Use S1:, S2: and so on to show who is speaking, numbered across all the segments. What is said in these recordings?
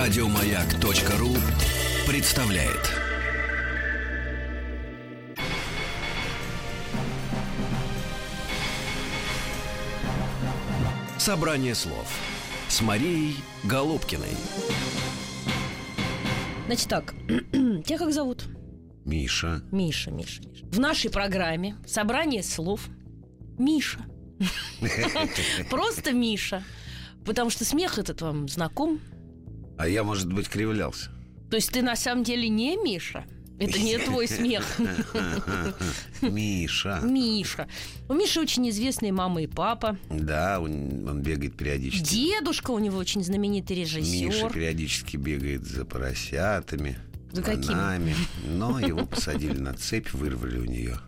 S1: Радиомаяк.ру представляет. Собрание слов с Марией Голубкиной.
S2: Значит так, тебя как зовут?
S1: Миша.
S2: Миша, Миша, Миша. В нашей программе собрание слов Миша. Просто Миша. Потому что смех этот вам знаком.
S3: А я, может быть, кривлялся.
S2: То есть ты на самом деле не Миша. Это не твой смех.
S3: Миша.
S2: Миша. У Миши очень известные мама и папа.
S3: Да, он, он бегает периодически.
S2: Дедушка у него очень знаменитый
S3: Миша
S2: режиссер.
S3: периодически бегает за поросятами,
S2: За какими?
S3: банами. Но его посадили на цепь, вырвали у нее.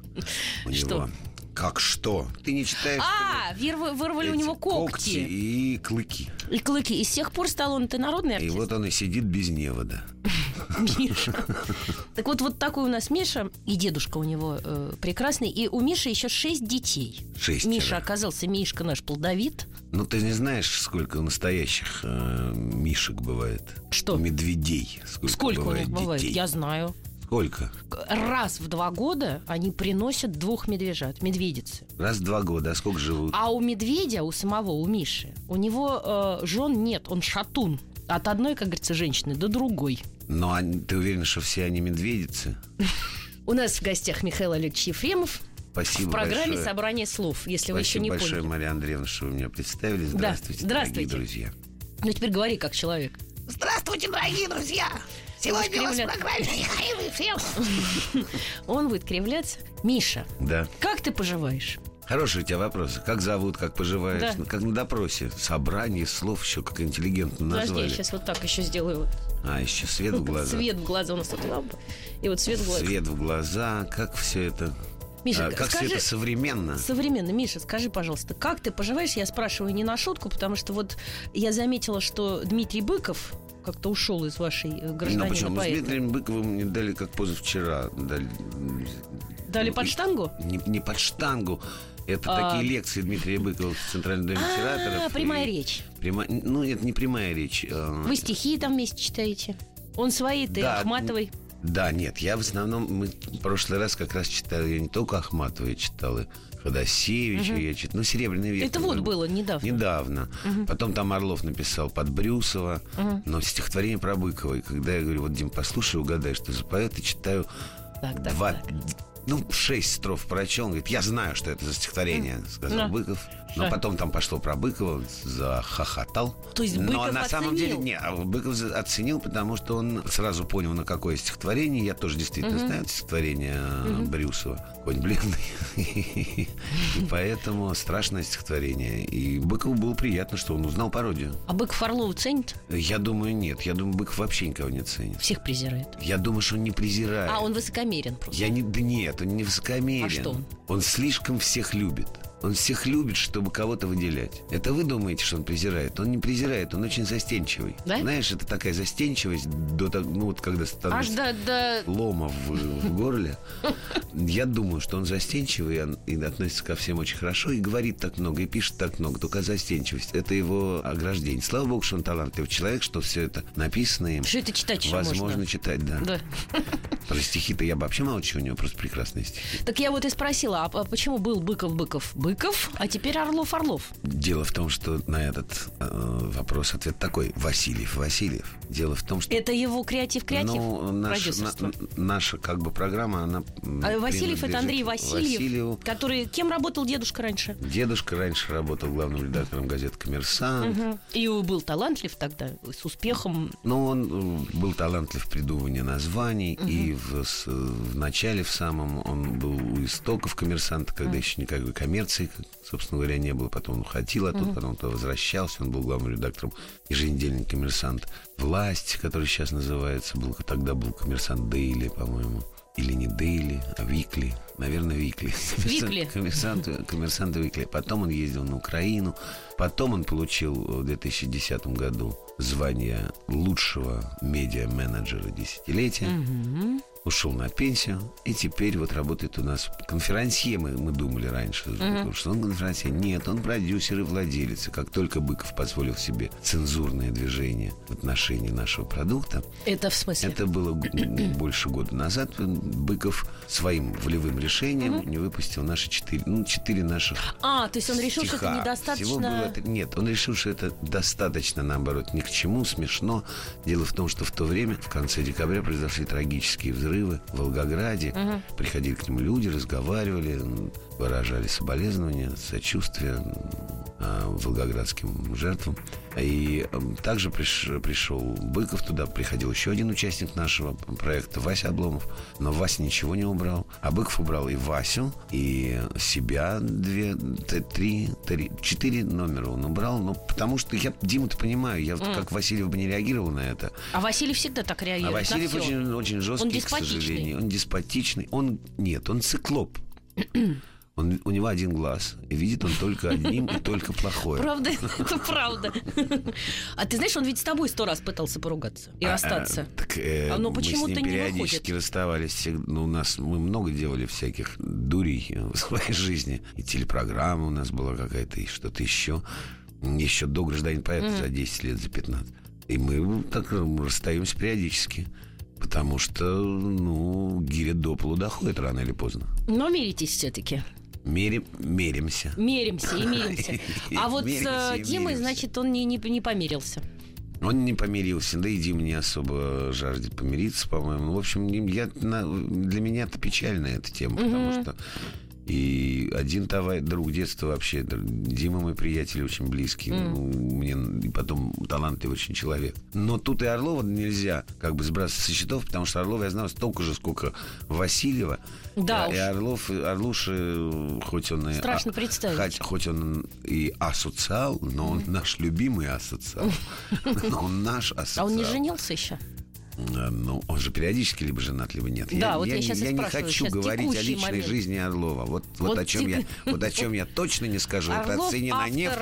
S3: У
S2: Что?
S3: него. Как что? Ты не читаешь? что ли,
S2: А, вырва- вырвали у
S3: эти
S2: него когти.
S3: и клыки.
S2: И клыки. И с тех пор стал он ты народный
S3: И
S2: артист.
S3: вот он и сидит без невода.
S2: Миша. Так вот, вот такой у нас Миша, и дедушка у него э, прекрасный, и у Миши еще шесть детей.
S3: Шестеро.
S2: Миша оказался, Мишка наш плодовит.
S3: Ну, ты не знаешь, сколько настоящих э, мишек бывает?
S2: Что?
S3: Медведей. Сколько,
S2: Сколько у
S3: бывает
S2: них бывает?
S3: детей?
S2: Я знаю.
S3: Сколько?
S2: К- Раз в два года они приносят двух медвежат, медведицы.
S3: Раз в два года. А сколько живут?
S2: А у медведя, у самого, у Миши, у него э, жен нет, он шатун. От одной, как говорится, женщины до другой.
S3: Но они- Ну, а ты уверен, что все они медведицы?
S2: У нас в гостях Михаил Олегович Ефремов
S3: Спасибо
S2: в программе
S3: большое.
S2: «Собрание слов», если вы еще
S3: Спасибо
S2: не
S3: большое,
S2: поняли.
S3: Мария Андреевна, что вы меня представили. Здравствуйте,
S2: здравствуйте.
S3: дорогие друзья.
S2: Ну, теперь говори как человек.
S4: Здравствуйте, дорогие друзья! Сегодня у вас в
S2: Кривляк.
S4: программе Михаил Ефремов.
S2: Он будет кривляться. Миша,
S3: Да.
S2: как ты поживаешь?
S3: Хорошие у тебя вопросы. Как зовут, как поживаешь?
S2: Да.
S3: Ну, Как на допросе. Собрание слов еще как интеллигентно
S2: Подожди, я
S3: назвали.
S2: сейчас вот так еще сделаю. вот.
S3: А, еще свет в глаза.
S2: Свет в глаза у нас тут лампа. И вот свет в глаза.
S3: Свет в глаза. Как все это...
S2: Миша,
S3: а, как
S2: скажи,
S3: все это современно.
S2: современно, Миша, скажи, пожалуйста, как ты поживаешь? Я спрашиваю не на шутку, потому что вот я заметила, что Дмитрий Быков как-то ушел из вашей э,
S3: Ну,
S2: гражданина
S3: почему? Мы с
S2: поэта.
S3: Дмитрием Быковым не дали, как позавчера, дали ну,
S2: Дали под штангу?
S3: не, не под штангу. Это
S2: А.
S3: такие лекции Дмитрия Быкова в Центральном доме литераторов.
S2: А, прямая
S3: И
S2: речь.
S3: прямо- ну, это не прямая речь. э,
S2: Вы стихи там вместе читаете? Он свои, ты
S3: Да, ну,
S2: Ахматовой.
S3: Да, нет, я в основном... Мы в прошлый раз как раз читали, я не только Ахматова я читал, и Ходосевича я читал, ну, «Серебряный век».
S2: Это вот
S3: наверное,
S2: было недавно.
S3: Недавно. Потом там Орлов написал под Брюсова, но стихотворение про Быкова. И когда я говорю, вот, Дим, послушай, угадай, что за поэт, и читаю
S2: Так, так,
S3: два,
S2: так.
S3: ну, шесть строф прочел. Он говорит, я знаю, что это за стихотворение, сказал
S2: Да.
S3: Быков. Но
S2: Да.
S3: потом там пошло про Быкова, он захохотал.
S2: То есть
S3: Но
S2: Быков
S3: на самом
S2: оценил?
S3: деле, не, а Быков за- оценил, потому что он сразу понял, на какое стихотворение. Я тоже действительно знаю это стихотворение э, Брюсова. Конь бледный. И поэтому страшное стихотворение. И Быкову было приятно, что он узнал пародию.
S2: А Быков Орлову ценит?
S3: Я думаю, нет. Я думаю, Быков вообще никого не ценит.
S2: Всех презирает.
S3: Я думаю, что он не презирает.
S2: А, он высокомерен просто.
S3: Я не, да нет, он не высокомерен.
S2: А что он?
S3: Он слишком всех любит. Он всех любит, чтобы кого-то выделять. Это вы думаете, что он презирает? Он не презирает, он очень застенчивый.
S2: Да?
S3: Знаешь, это такая застенчивость, до, того- ну вот когда
S2: Аж
S3: становится
S2: до, до-
S3: лома в, в горле. Я думаю, что он застенчивый он и относится ко всем очень хорошо, и говорит так много, и пишет так много, только застенчивость. Это его ограждение. Слава богу, что он талантливый человек, что все это написано им.
S2: Что это читать еще
S3: Возможно
S2: можно?
S3: читать, да.
S2: Да.
S3: Про стихи-то я вообще молчу, у него просто прекрасные стихи.
S2: Так я вот и спросила, а п- а почему был Быков Быков Быков, а теперь Орлов Орлов?
S3: Дело в том, что на этот э, вопрос ответ такой. Васильев, Васильев. Дело в том, что...
S2: Это его креатив-креатив?
S3: ну, наша,
S2: продюсерство.
S3: на- наша как бы программа, она... м,
S2: а Васильев это
S3: принадлежит
S2: Андрей Васильев,
S3: Васильеву.
S2: который кем работал дедушка раньше?
S3: Дедушка раньше работал главным редактором газеты «Коммерсант».
S2: И был талантлив тогда, с успехом.
S3: Но он э, был талантлив в придумывании названий, и в, с- э, в начале, в самом, он был у истоков коммерсанта, когда еще никакой коммерции, как, собственно говоря, не было. Потом он уходил оттуда, потом туда возвращался, он был главным редактором еженедельника «Коммерсант Власть», который сейчас называется, был, тогда был «Коммерсант Дейли», по-моему. Или не Дейли, а Викли. Наверное, Викли.
S2: Викли.
S3: Коммерсант, коммерсант Викли. Потом он ездил на Украину. Потом он получил в 2010 году звание лучшего медиа-менеджера десятилетия. ушел на пенсию, и теперь вот работает у нас конферансье, мы, мы думали раньше, потому что он конферансье. Нет, он продюсер и владелец. И как только Быков позволил себе цензурное движение в отношении нашего продукта,
S2: Это в смысле?
S3: это было г- м, больше года назад, э, Быков своим волевым решением не выпустил наши четыре, ну, четыре наших
S2: А, то есть он решил, что
S3: стиха.
S2: это
S3: Всего было
S2: недостаточно...
S3: три- Нет, он решил, что это достаточно, наоборот, ни к чему, смешно. Дело в том, что в то время, в конце декабря, произошли трагические взрывы в Волгограде. Приходили к нему люди, разговаривали, м, выражали соболезнования, сочувствие м, а, волгоградским жертвам. И м, Эм, также приш- пришел Быков туда, приходил еще один участник нашего проекта, Вася Обломов. Но Вася ничего не убрал. А Быков убрал и Васю, и себя две, т- три, три, четыре номера он убрал. Ну, потому что я Диму-то понимаю, я вот как Васильев бы не реагировал на это.
S2: А Василий всегда так
S3: А
S2: реагирует на
S3: Васильев
S2: всё.
S3: очень, очень жесткий, к
S2: деспотичный.
S3: сожалению. Он деспотичный. Он нет, он циклоп. Он, у него один глаз. И видит он только одним и только плохое.
S2: Правда, это правда. А ты знаешь, он ведь с тобой сто раз пытался поругаться и
S3: А,
S2: расстаться.
S3: а, так, э,
S2: А, но
S3: мы с
S2: почему-то
S3: ним
S2: не
S3: периодически
S2: выходит.
S3: расставались. всег- Ну, у нас мы много делали всяких дурей э, в своей жизни. И телепрограмма у нас была какая-то, и что-то еще. Еще до гражданин поэта за 10 лет, за 15. И мы так э, мы расстаемся периодически. Потому что, ну, гиря до полу доходит рано или поздно.
S2: Но миритесь все-таки.
S3: Мерим, меримся.
S2: Меримся и миримся. А вот
S3: Меримся
S2: с э,
S3: и
S2: Димой,
S3: миримся.
S2: значит, он не, не, не помирился.
S3: Он не помирился, да и Дима не особо жаждет помириться, по-моему. Ну, В общем, не- я, на- для меня это печальная эта тема, потому что и один товарищ, друг детства вообще, др- Дима мой приятель очень близкий, ну, мне и потом талантливый очень человек. Но тут и Орлова нельзя как бы сбрасывать со счетов, потому что Орлова я знаю столько же, сколько Васильева. Э,
S2: Да
S3: и,
S2: уж.
S3: и Орлов, Орлуши, э, хоть он и...
S2: Страшно
S3: а,
S2: представить.
S3: хоть- Хоть он и асоциал, но он наш любимый асоциал. Но он наш
S2: А
S3: асоциал.
S2: он не женился еще?
S3: Э, Ну, он же периодически либо женат, либо нет.
S2: Да, вот я щас и
S3: не
S2: спрашиваю,
S3: хочу
S2: щас
S3: говорить о
S2: текущий
S3: личной
S2: момент.
S3: жизни Орлова. Вот, вот,
S2: Вот
S3: о чем
S2: тек-
S3: я, вот о чем я точно не скажу. Ну, это о
S2: Орлов
S3: цене на
S2: автор
S3: нефть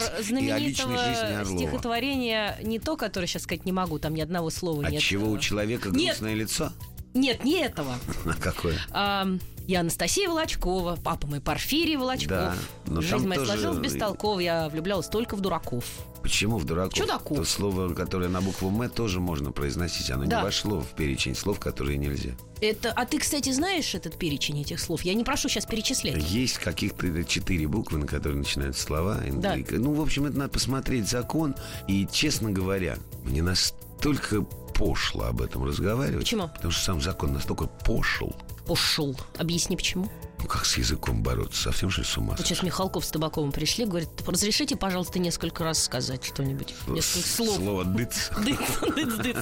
S3: и о личной жизни
S2: знаменитого
S3: Орлова.
S2: стихотворения не то, которое сейчас сказать не могу, там ни одного слова
S3: От
S2: нет. э,
S3: чего у человека
S2: Нет.
S3: грустное лицо?
S2: Нет, не этого.
S3: А какое?
S2: А, я Анастасия Волочкова, папа мой Порфирий Волочков.
S3: Да, но
S2: Жизнь
S3: там
S2: моя
S3: тоже-
S2: сложилась бестолков, я влюблялась только в дураков.
S3: Почему в дураков?
S2: Чудаков.
S3: То слово, которое на букву «М» тоже можно произносить. Оно
S2: Да.
S3: не вошло в перечень слов, которые нельзя.
S2: Это, а ты, кстати, знаешь этот перечень этих слов? Я не прошу сейчас перечислять.
S3: Есть каких-то четыре буквы, на которые начинаются слова. И-
S2: Да.
S3: и- Ну, в общем, это надо посмотреть закон. И, честно говоря, мне настолько пошло об этом разговаривать.
S2: Почему?
S3: Потому что сам закон настолько пошел.
S2: Пошел. Объясни, почему.
S3: Ну, как с языком бороться? Совсем же с ума
S2: Вот сейчас Михалков с Табаковым пришли, говорит, разрешите, пожалуйста, несколько раз сказать что-нибудь. Несколько
S3: С-
S2: слов.
S3: Слово «дыц».
S2: Дыц, дыц, дыц.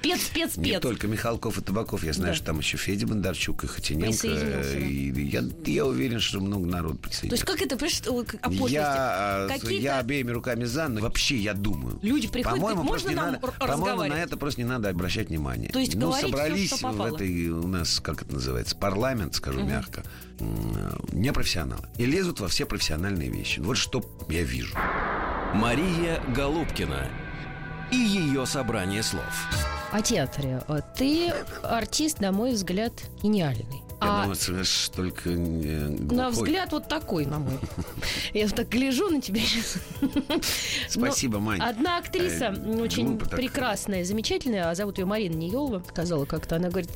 S2: Пец, пец,
S3: Не
S2: пец.
S3: только Михалков и Табаков. Я знаю,
S2: Да.
S3: что там еще Федя Бондарчук и Хотиненко.
S2: Присоединился, да.
S3: И я, я уверен, что много народу
S2: То есть
S3: присоединится.
S2: как это пришло? О пошлости.
S3: Я, э,
S2: Какие-то-
S3: я обеими руками за, но вообще я думаю.
S2: Люди приходят,
S3: По-моему,
S2: говорят,
S3: просто
S2: можно
S3: не
S2: нам
S3: надо,
S2: р-
S3: по-моему, на
S2: разговаривать?
S3: это просто не надо обращать внимания.
S2: То есть
S3: ну,
S2: говорить всё,
S3: собрались
S2: что
S3: в
S2: попало.
S3: этой у нас, как это называется, парламент, скажу мягко, м, непрофессионалы. И лезут во все профессиональные вещи. Вот что я вижу.
S1: Мария Голубкина и ее собрание слов.
S5: О театре. Э, Ты артист, на мой взгляд, гениальный.
S3: Я
S5: А
S3: думаю, это ж только э, глухой.
S5: на взгляд вот такой, на мой. Я вот так гляжу на тебя сейчас.
S2: ну,
S3: Спасибо, Мань.
S5: Одна актриса,
S3: Э,
S5: м, очень
S3: глупо так.
S5: прекрасная, замечательная, а зовут ее Марина Неелова, сказала как-то, она говорит,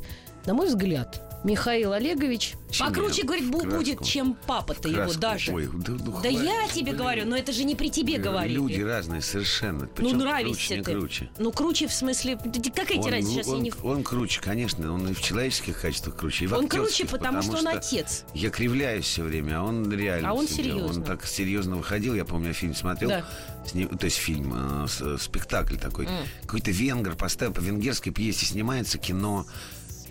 S5: на мой взгляд, Михаил Олегович...
S3: Чем
S2: Покруче,
S3: я
S2: говорит, бу-
S3: краску?
S2: будет, чем папа-то его
S3: Краску.
S2: даже.
S3: Ой, да, ну,
S2: да
S3: хватит,
S2: я тебе
S3: блин.
S2: говорю, но это же не при тебе говорили.
S3: Э, Люди разные совершенно.
S2: ну,
S3: Причем круче,
S2: нравишься
S3: не
S2: ты.
S3: круче.
S2: Ну, круче в смысле... да Какая тебе
S3: Он, ну,
S2: разница? Сейчас я
S3: он-
S2: не...
S3: он круче, конечно, он и в человеческих качествах круче, и в
S2: Он круче,
S3: актерских,
S2: потому, что он отец.
S3: Я кривляюсь все время, а он реально.
S2: А он
S3: всё делал.
S2: серьезно.
S3: Он так серьезно выходил. Я помню, я фильм смотрел.
S2: Да.
S3: с ним- то есть фильм, э, с- э, спектакль такой. Какой-то венгр поставил по венгерской пьесе снимается кино.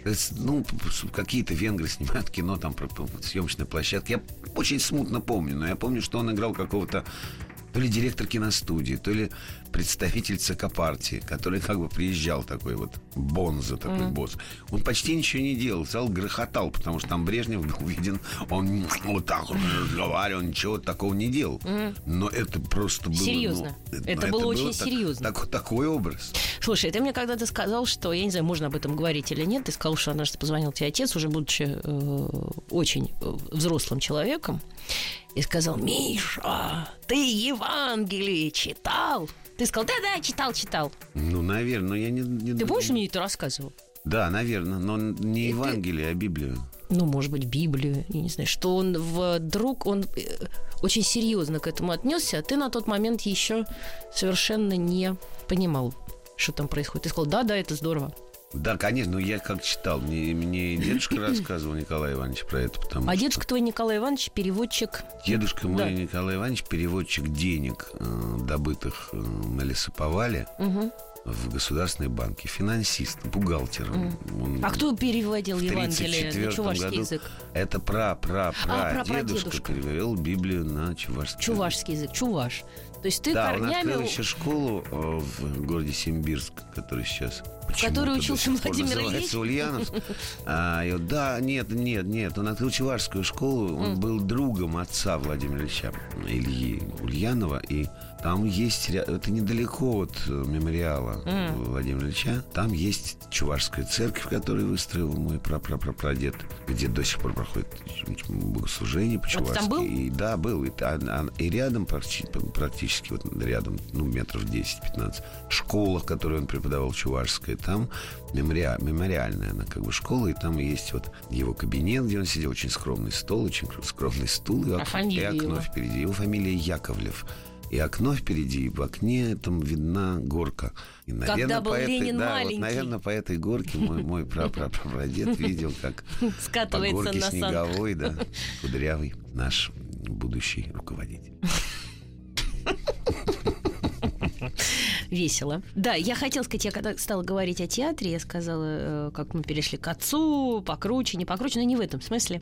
S3: То есть, Ну, п- п- какие-то венгры снимают кино там про, про съемочные площадки. Я очень смутно помню, но я помню, что он играл какого-то то ли директор киностудии, то ли представитель ЦК партии, который как бы приезжал такой вот бонза, такой босс. Он почти ничего не делал, зал грохотал, потому что там Брежнев был виден, он вот так вот разговаривал, ничего такого не делал. Но это просто было... ну,
S2: Серьезно.
S3: но
S2: Это было очень серьезно.
S3: так- такой образ.
S2: Слушай, ты мне когда-то сказал, что, я не знаю, можно об этом говорить или нет, ты сказал, что однажды позвонил тебе отец, уже будучи э, очень э, взрослым человеком, и сказал, Миша, ты Евангелие читал? Ты сказал, да-да, читал, читал.
S3: Ну, наверное, но я не... не-
S2: Ты помнишь, мне это рассказывал?
S3: Да, наверное, но не Евангелие, а Библию.
S2: ну, может быть, Библию, я не знаю, что он вдруг, он э, очень серьезно к этому отнесся, а ты на тот момент еще совершенно не понимал, что там происходит. Ты сказал, да, да, это здорово.
S3: Да, конечно, но я как читал. Мне, мне и дедушка рассказывал Николай Иванович про это, потому
S2: А
S3: что
S2: дедушка твой Николай Иванович, переводчик.
S3: дедушка мой
S2: Да.
S3: Николай Иванович переводчик денег, э, добытых э, на лесоповале
S2: Мгм.
S3: в Государственной банке, финансист, бухгалтер. Он
S2: А кто переводил
S3: в
S2: Евангелие на
S3: 34-м
S2: чувашский
S3: году
S2: язык?
S3: Это пра пра пра дедушка
S2: прапрадедушка.
S3: перевел Библию на чувашский. язык.
S2: Чувашский язык, чуваш. То есть ты
S3: да, он
S2: корнями...
S3: открыл еще школу э, в городе Симбирск, который сейчас...
S2: которой
S3: почему-то
S2: учился
S3: до сих пор
S2: Владимир Ильич?
S3: называется Ульяновск. А, и вот, да, нет, нет, нет. Он открыл Чувашскую школу. Он был другом отца Владимира Ильича, Ильи Ульянова. И там есть... ря- Это недалеко от э, мемориала Владимира Ильича. Там есть Чувашская церковь, которую выстроил мой прапрапрапрадед, где до сих пор проходит богослужение по-чувашски.
S2: там был?
S3: И да, был. И, та- а- и рядом практи- практически, вот рядом, ну, метров 10-15, школа, в которой он преподавал чувашская, там мемориа- мемориальная она как бы школа, и там есть вот его кабинет, где он сидел, очень скромный стол, очень кр- скромный стул, и, ок- и
S2: А фамилия
S3: окно
S2: его?
S3: впереди. Его фамилия Яковлев. И окно впереди, и в окне там видна горка. И, наверное,
S2: был
S3: по этой-
S2: Ленин
S3: да, вот,
S2: маленький.
S3: наверное, по этой горке мой, мой прапрапрадед видел, как по
S2: Скатывается
S3: горке
S2: на санках.
S3: снеговой, да, кудрявый наш будущий руководитель.
S2: весело. Да, я хотела сказать, я когда стала говорить о театре, я сказала, э, как мы перешли к отцу, покруче, не покруче, но не в этом смысле.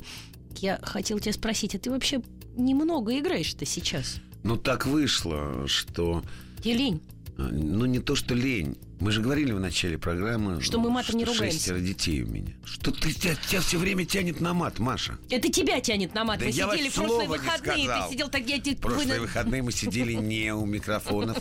S2: Я хотела тебя спросить, а ты вообще немного играешь-то сейчас?
S3: Ну так вышло, что,
S2: Тебе лень?
S3: э, ну не то что лень. Мы же говорили в начале программы,
S2: Что мы матом не ругаемся.
S3: шестеро детей у меня. Что ты тебя, тебя все время тянет на мат, Маша?
S2: Это тебя тянет на мат.
S3: Да
S2: мы
S3: я
S2: сидели
S3: вот
S2: в прошлые
S3: слова не
S2: выходные,
S3: сказал.
S2: ты сидел так, я тебе...
S3: В прошлые выходные мы сидели не у микрофонов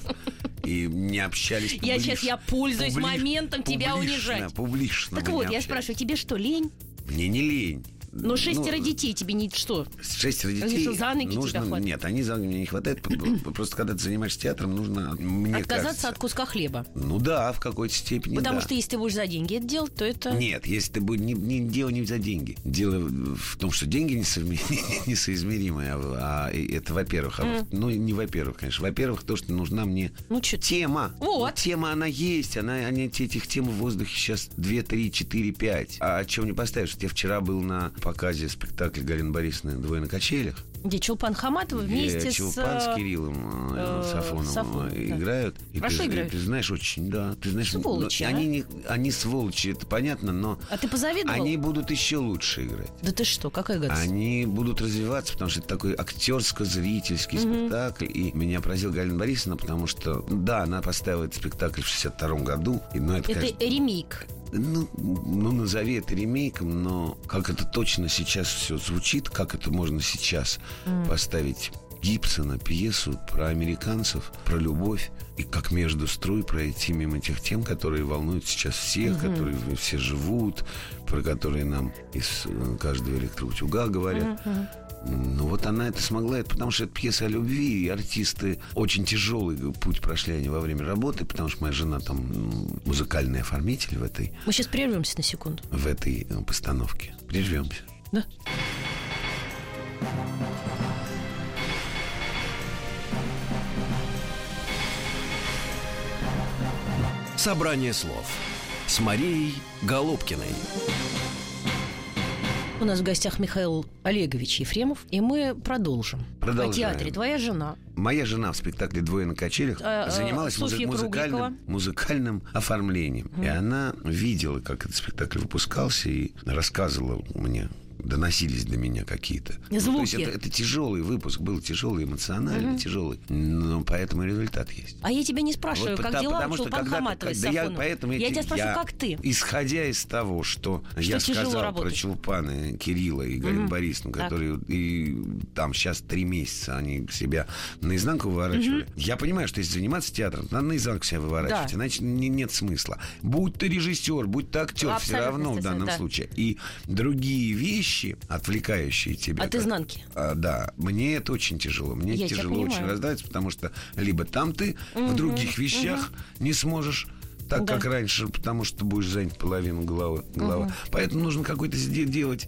S3: и не общались.
S2: Я
S3: публично.
S2: сейчас я пользуюсь
S3: Публи-
S2: моментом тебя
S3: публично,
S2: унижать.
S3: Публично.
S2: Так
S3: мы не
S2: вот, я
S3: общались.
S2: спрашиваю, тебе что, лень?
S3: Мне не лень. Ну,
S2: Но Ну, шестеро
S3: детей.
S2: детей тебе не что?
S3: Шестеро
S2: Разве
S3: детей
S2: что за ноги тебя
S3: нужно...
S2: хватит.
S3: Нет, они за ноги мне не хватает. п- Просто когда ты занимаешься театром, нужно, мне
S2: Отказаться
S3: кажется...
S2: от куска хлеба.
S3: Ну да, в какой-то степени,
S2: Потому
S3: да.
S2: что если ты будешь за деньги это делать, то это...
S3: Нет, если ты будешь... Не, не- дело не за деньги. Дело в том, что деньги несовме- несоизмеримые. А, а и это во-первых. А во- ну, не во-первых, конечно. Во-первых, то, что нужна мне
S2: Ну что
S3: тема.
S2: Вот.
S3: Тема, она есть. Она, они, эти- этих тем в воздухе сейчас 2, 3, 4, 5. А о чем не поставишь? Вот Я вчера был на показе спектакля Галины Борисовны «Двое на качелях».
S2: Где Чулпан Хаматова вместе
S3: Где Чулпан
S2: с... э,
S3: с Кириллом э,
S2: э,
S3: Сафоновым
S2: Сафоновым,
S3: э,
S2: да.
S3: играют. И
S2: Хорошо
S3: ты, и
S2: играют.
S3: ты знаешь, очень, да. Ты знаешь, ну,
S2: Сволочи, а?
S3: они, не, они сволочи, это понятно, но
S2: А ты позавидовал?
S3: они будут еще лучше играть.
S2: Да ты что, какая гадость?
S3: Они будут развиваться, потому что это такой актерско-зрительский спектакль. И меня поразил Галина Борисовна, потому что, да, она поставила этот спектакль в 62 году. И, ну, это,
S2: Это
S3: конечно,
S2: ремейк.
S3: ну, ну, назови это ремейком, но как это точно сейчас все звучит, как это можно сейчас поставить Гибсона пьесу про американцев, про любовь, и как между струй пройти мимо тех тем, которые волнуют сейчас всех, которые в- все живут, про которые нам из э, каждого электроутюга говорят. Ну вот она это смогла, это потому что это пьеса о любви, и артисты очень тяжелый путь прошли они во время работы, потому что моя жена там м, музыкальный оформитель в этой
S2: Мы сейчас прервемся на секунду.
S3: в этой э, постановке. Прервемся.
S2: Да.
S1: Собрание слов с Марией Голубкиной.
S2: У нас в гостях Михаил Олегович Ефремов, и мы продолжим.
S3: Продолжаем.
S2: О театре. Твоя жена.
S3: Моя жена в спектакле «Двое на качелях»
S2: Э, э,
S3: занималась музы-
S2: Софья
S3: музыкальным,
S2: Кругликова.
S3: музыкальным оформлением. И она видела, как этот спектакль выпускался, и рассказывала мне доносились до меня какие-то. Ну, то есть
S2: Звуки.
S3: это, это тяжелый выпуск, был тяжелый эмоционально, тяжелый, но поэтому результат есть.
S2: А я тебя не спрашиваю,
S3: Вот
S2: как
S3: пота-
S2: дела у
S3: потому что
S2: Чулпан
S3: когда-
S2: Хаматовой с
S3: когда я,
S2: Сафоновым?
S3: поэтому
S2: Я
S3: те-
S2: тебя спрашиваю, как ты?
S3: Исходя из того, что, я
S2: тяжело
S3: сказал
S2: работать.
S3: про Чулпана Кирилла и Галину Борисовну,
S2: Так.
S3: которые и, там сейчас три месяца они себя наизнанку выворачивали. Я понимаю, что если заниматься театром, надо наизнанку себя выворачивать,
S2: Да.
S3: иначе не- нет смысла. Будь ты режиссер, будь ты актер, все
S2: Абсолютно,
S3: равно в
S2: естественно,
S3: данном
S2: да.
S3: случае. И другие вещи, отвлекающие тебя.
S2: От
S3: как-
S2: изнанки.
S3: а, да, мне это очень тяжело. Мне
S2: Я тебя
S3: тяжело очень
S2: понимаю.
S3: раздаться, потому что либо там ты в других вещах не сможешь. Так
S2: Да.
S3: как раньше, потому что будешь занять половину головы. головы. Поэтому нужно какой-то сде- делать.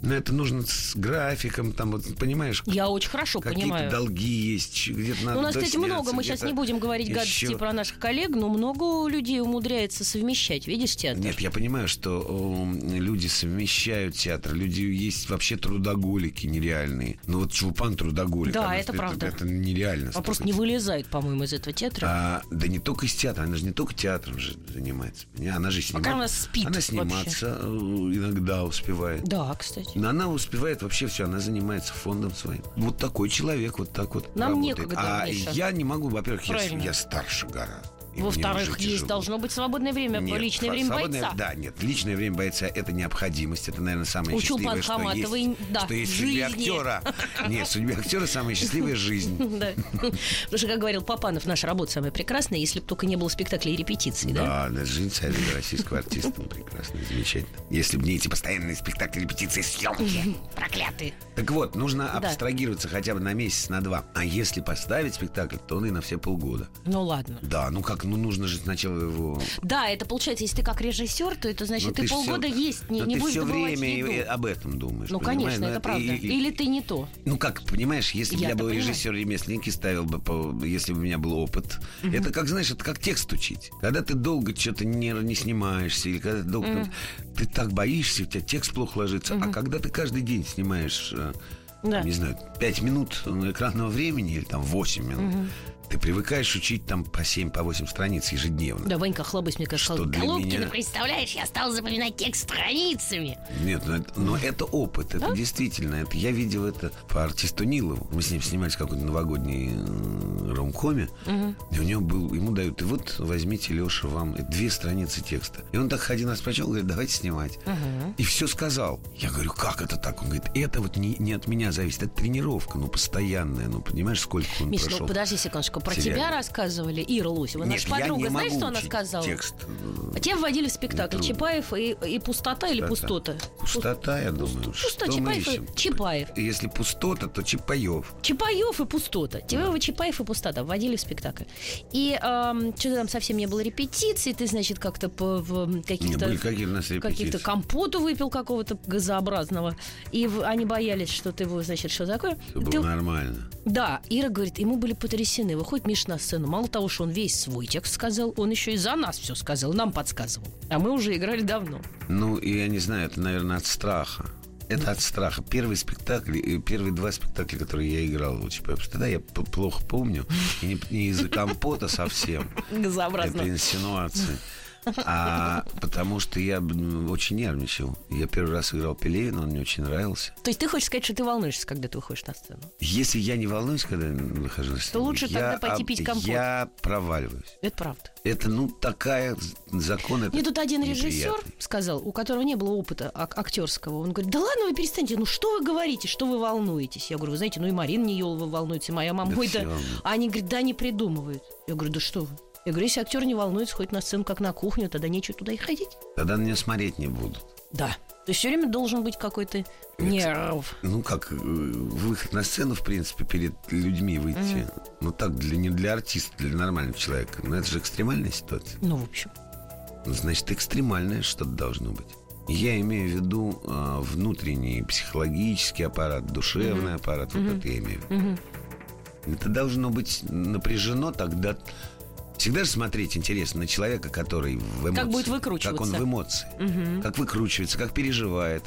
S3: Но это нужно с графиком, там, вот, понимаешь,
S2: Я очень хорошо
S3: какие-то
S2: понимаю. Ну,
S3: долги есть, ч- где-то надо
S2: у нас, кстати,
S3: досняться,
S2: много. Мы сейчас
S3: где-то
S2: не будем говорить гадости
S3: ещё.
S2: про наших коллег, но много людей умудряется совмещать. Видишь, театр?
S3: Нет, я понимаю, что м, люди совмещают театр. Люди есть вообще трудоголики нереальные. Ну вот Чулпан трудоголик.
S2: Да,
S3: она-
S2: это правда.
S3: Это нереально.
S2: а просто
S3: столько
S2: не вылезает, по-моему, из этого театра.
S3: А, да не только из театра, она же не только театром же занимается. Не, Она же снимает.
S2: Пока А она спит
S3: Она сниматься э, иногда успевает.
S2: Да, кстати.
S3: Но она успевает вообще все, она занимается фондом своим. Вот такой человек, вот так вот
S2: Нам
S3: работает.
S2: некогда,
S3: а
S2: Миша.
S3: я не могу, во-первых, я,
S2: Правильно.
S3: я старше гораздо. И мне уже
S2: Во-вторых,
S3: тяжело.
S2: есть должно быть свободное время,
S3: Нет,
S2: личное
S3: фа-
S2: время
S3: свободное-
S2: бойца.
S3: Да, нет, личное время бойца это необходимость, это, наверное, самое
S2: У
S3: счастливое,
S2: Чулпан
S3: что
S2: Хаматовой,
S3: есть,
S2: да,
S3: что есть в
S2: в
S3: судьбе
S2: жизни.
S3: актера. Нет, в судьбе актера самая счастливая жизнь.
S2: Да. Потому что, как говорил Папанов, наша работа самая прекрасная, если бы только не было спектаклей и репетиций, да?
S3: А, Да, да, жизнь царя российского артиста ну, прекрасно, замечательно. Если бы не эти постоянные спектакли, репетиции, съемки.
S4: Проклятый.
S3: Так вот, нужно
S2: Да.
S3: абстрагироваться хотя бы на месяц, на два. А если поставить спектакль, то он и на все полгода.
S2: Ну ладно.
S3: Да, ну как, ну нужно же сначала его...
S2: Да, это получается, если ты как режиссер, то это
S3: Ну,
S2: значит, ты,
S3: ж всё-
S2: полгода есть не,
S3: но
S2: не
S3: ты
S2: будешь
S3: все
S2: добывать
S3: время
S2: еду.
S3: и- и об этом думаешь.
S2: Ну,
S3: понимаешь?
S2: конечно,
S3: Ну,
S2: это правда.
S3: и- и-
S2: Или ты не то.
S3: Ну как, понимаешь, если бы я
S2: Я-то
S3: был
S2: понимаю.
S3: режиссер-ремесленник и ставил бы, по- если бы у меня был опыт, это как, знаешь, это как текст учить. Когда ты долго что-то не, не снимаешься, или когда ты долго... Ты так боишься, у тебя текст плохо ложится. А когда ты каждый день снимаешь, э,
S2: Да.
S3: не знаю, 5 минут экранного времени или там 8 минут, ты привыкаешь учить там по 7-8 страниц ежедневно.
S2: Да, Ванька Хлобысь мне кажется,
S3: Что
S2: сказал,
S3: для
S2: Голубкина,
S3: меня-
S2: представляешь, я стал запоминать текст страницами.
S3: Нет, но это, но это опыт, это действительно. Это, я видел это по артисту Нилову. Мы с ним снимались какой-то новогодний э, ромкоме. И у него был, ему дают, и вот возьмите, Леша, вам две страницы текста. И он так ходил нас прочел, говорит, давайте снимать. И все сказал. Я говорю, как это так? Он говорит, это вот не, не от меня зависит, это тренировка, ну, постоянная. Ну, понимаешь, сколько он
S2: Миш,
S3: прошел.
S2: ну подожди секундочку, про
S3: Сериально.
S2: тебя рассказывали Ира Лосева,
S3: Нет,
S2: наша
S3: я
S2: подруга.
S3: не
S2: Знаешь,
S3: могу
S2: что она
S3: учить
S2: сказала?
S3: Текст. э,
S2: А тебя вводили в спектакль
S3: Нетрудно.
S2: Чапаев и, и пустота или пустота?
S3: Пустота. Пустота, я думаю.
S2: Пустота,
S3: Что мы
S2: Чапаев, и-
S3: ищем?
S2: Чапаев.
S3: Если пустота, то Чапаев.
S2: Чапаев и пустота. Тебя вы Чапаев и пустота вводили в спектакль. И эм, что-то там совсем не было репетиций, ты, значит, как-то по в, м,
S3: Не,
S2: каких-то...
S3: были какие у нас репетиции?
S2: Каких-то компоту выпил какого-то газообразного. И в- они боялись, что ты его, значит, что такое.
S3: Всё было
S2: Ты-
S3: нормально.
S2: Да, Ира говорит, и мы были потрясены. Выходит Миша на сцену. Мало того, что он весь свой текст сказал, он еще и за нас все сказал, нам подсказывал. А мы уже играли давно.
S3: Ну, и я не знаю, это, наверное, от страха. Это от страха. Первый спектакль, э, первые два спектакля, которые я играл у Чапаева, тогда я п- плохо помню. И не, не из-за компота совсем.
S2: Газообразно.
S3: Это инсинуации. А потому что я м, очень нервничал. Я первый раз играл Пелевина, он мне очень нравился.
S2: То есть ты хочешь сказать, что ты волнуешься, когда ты выходишь на сцену?
S3: Если я не волнуюсь, когда я выхожу на сцену,
S2: лучше
S3: я
S2: тогда пойти
S3: об-
S2: пить компот.
S3: Я проваливаюсь.
S2: Это правда.
S3: Это, ну, такая з- закон. это
S2: Мне тут один
S3: неприятный.
S2: режиссер сказал, у которого не было опыта ак- актерского. Он говорит, да ладно, вы перестаньте, ну что вы говорите, что вы волнуетесь? Я говорю, вы знаете, ну и Марина Неелова волнуется, и моя мама.
S3: Да
S2: Ой,
S3: все
S2: да».
S3: волнуются.
S2: А они говорят, да, не придумывают. Я говорю, да что вы? Я говорю, если актер не волнуется, ходит на сцену, как на кухню, тогда нечего туда и ходить.
S3: Тогда на меня смотреть не будут.
S2: Да. То есть все время должен быть какой-то нерв.
S3: Ну, как э, выход на сцену, в принципе, перед людьми выйти. Ну, так, для, не для артиста, для нормального человека. Но это же экстремальная ситуация.
S2: Ну, в общем.
S3: Ну, Значит, экстремальное что-то должно быть. Я имею в виду э, внутренний психологический аппарат, душевный аппарат. Вот это я имею в виду. Это должно быть напряжено тогда... Всегда же смотреть интересно на человека, который в эмоции.
S2: будет
S3: Как он
S2: выкручиваться.
S3: в эмоции. Как выкручивается, как переживает.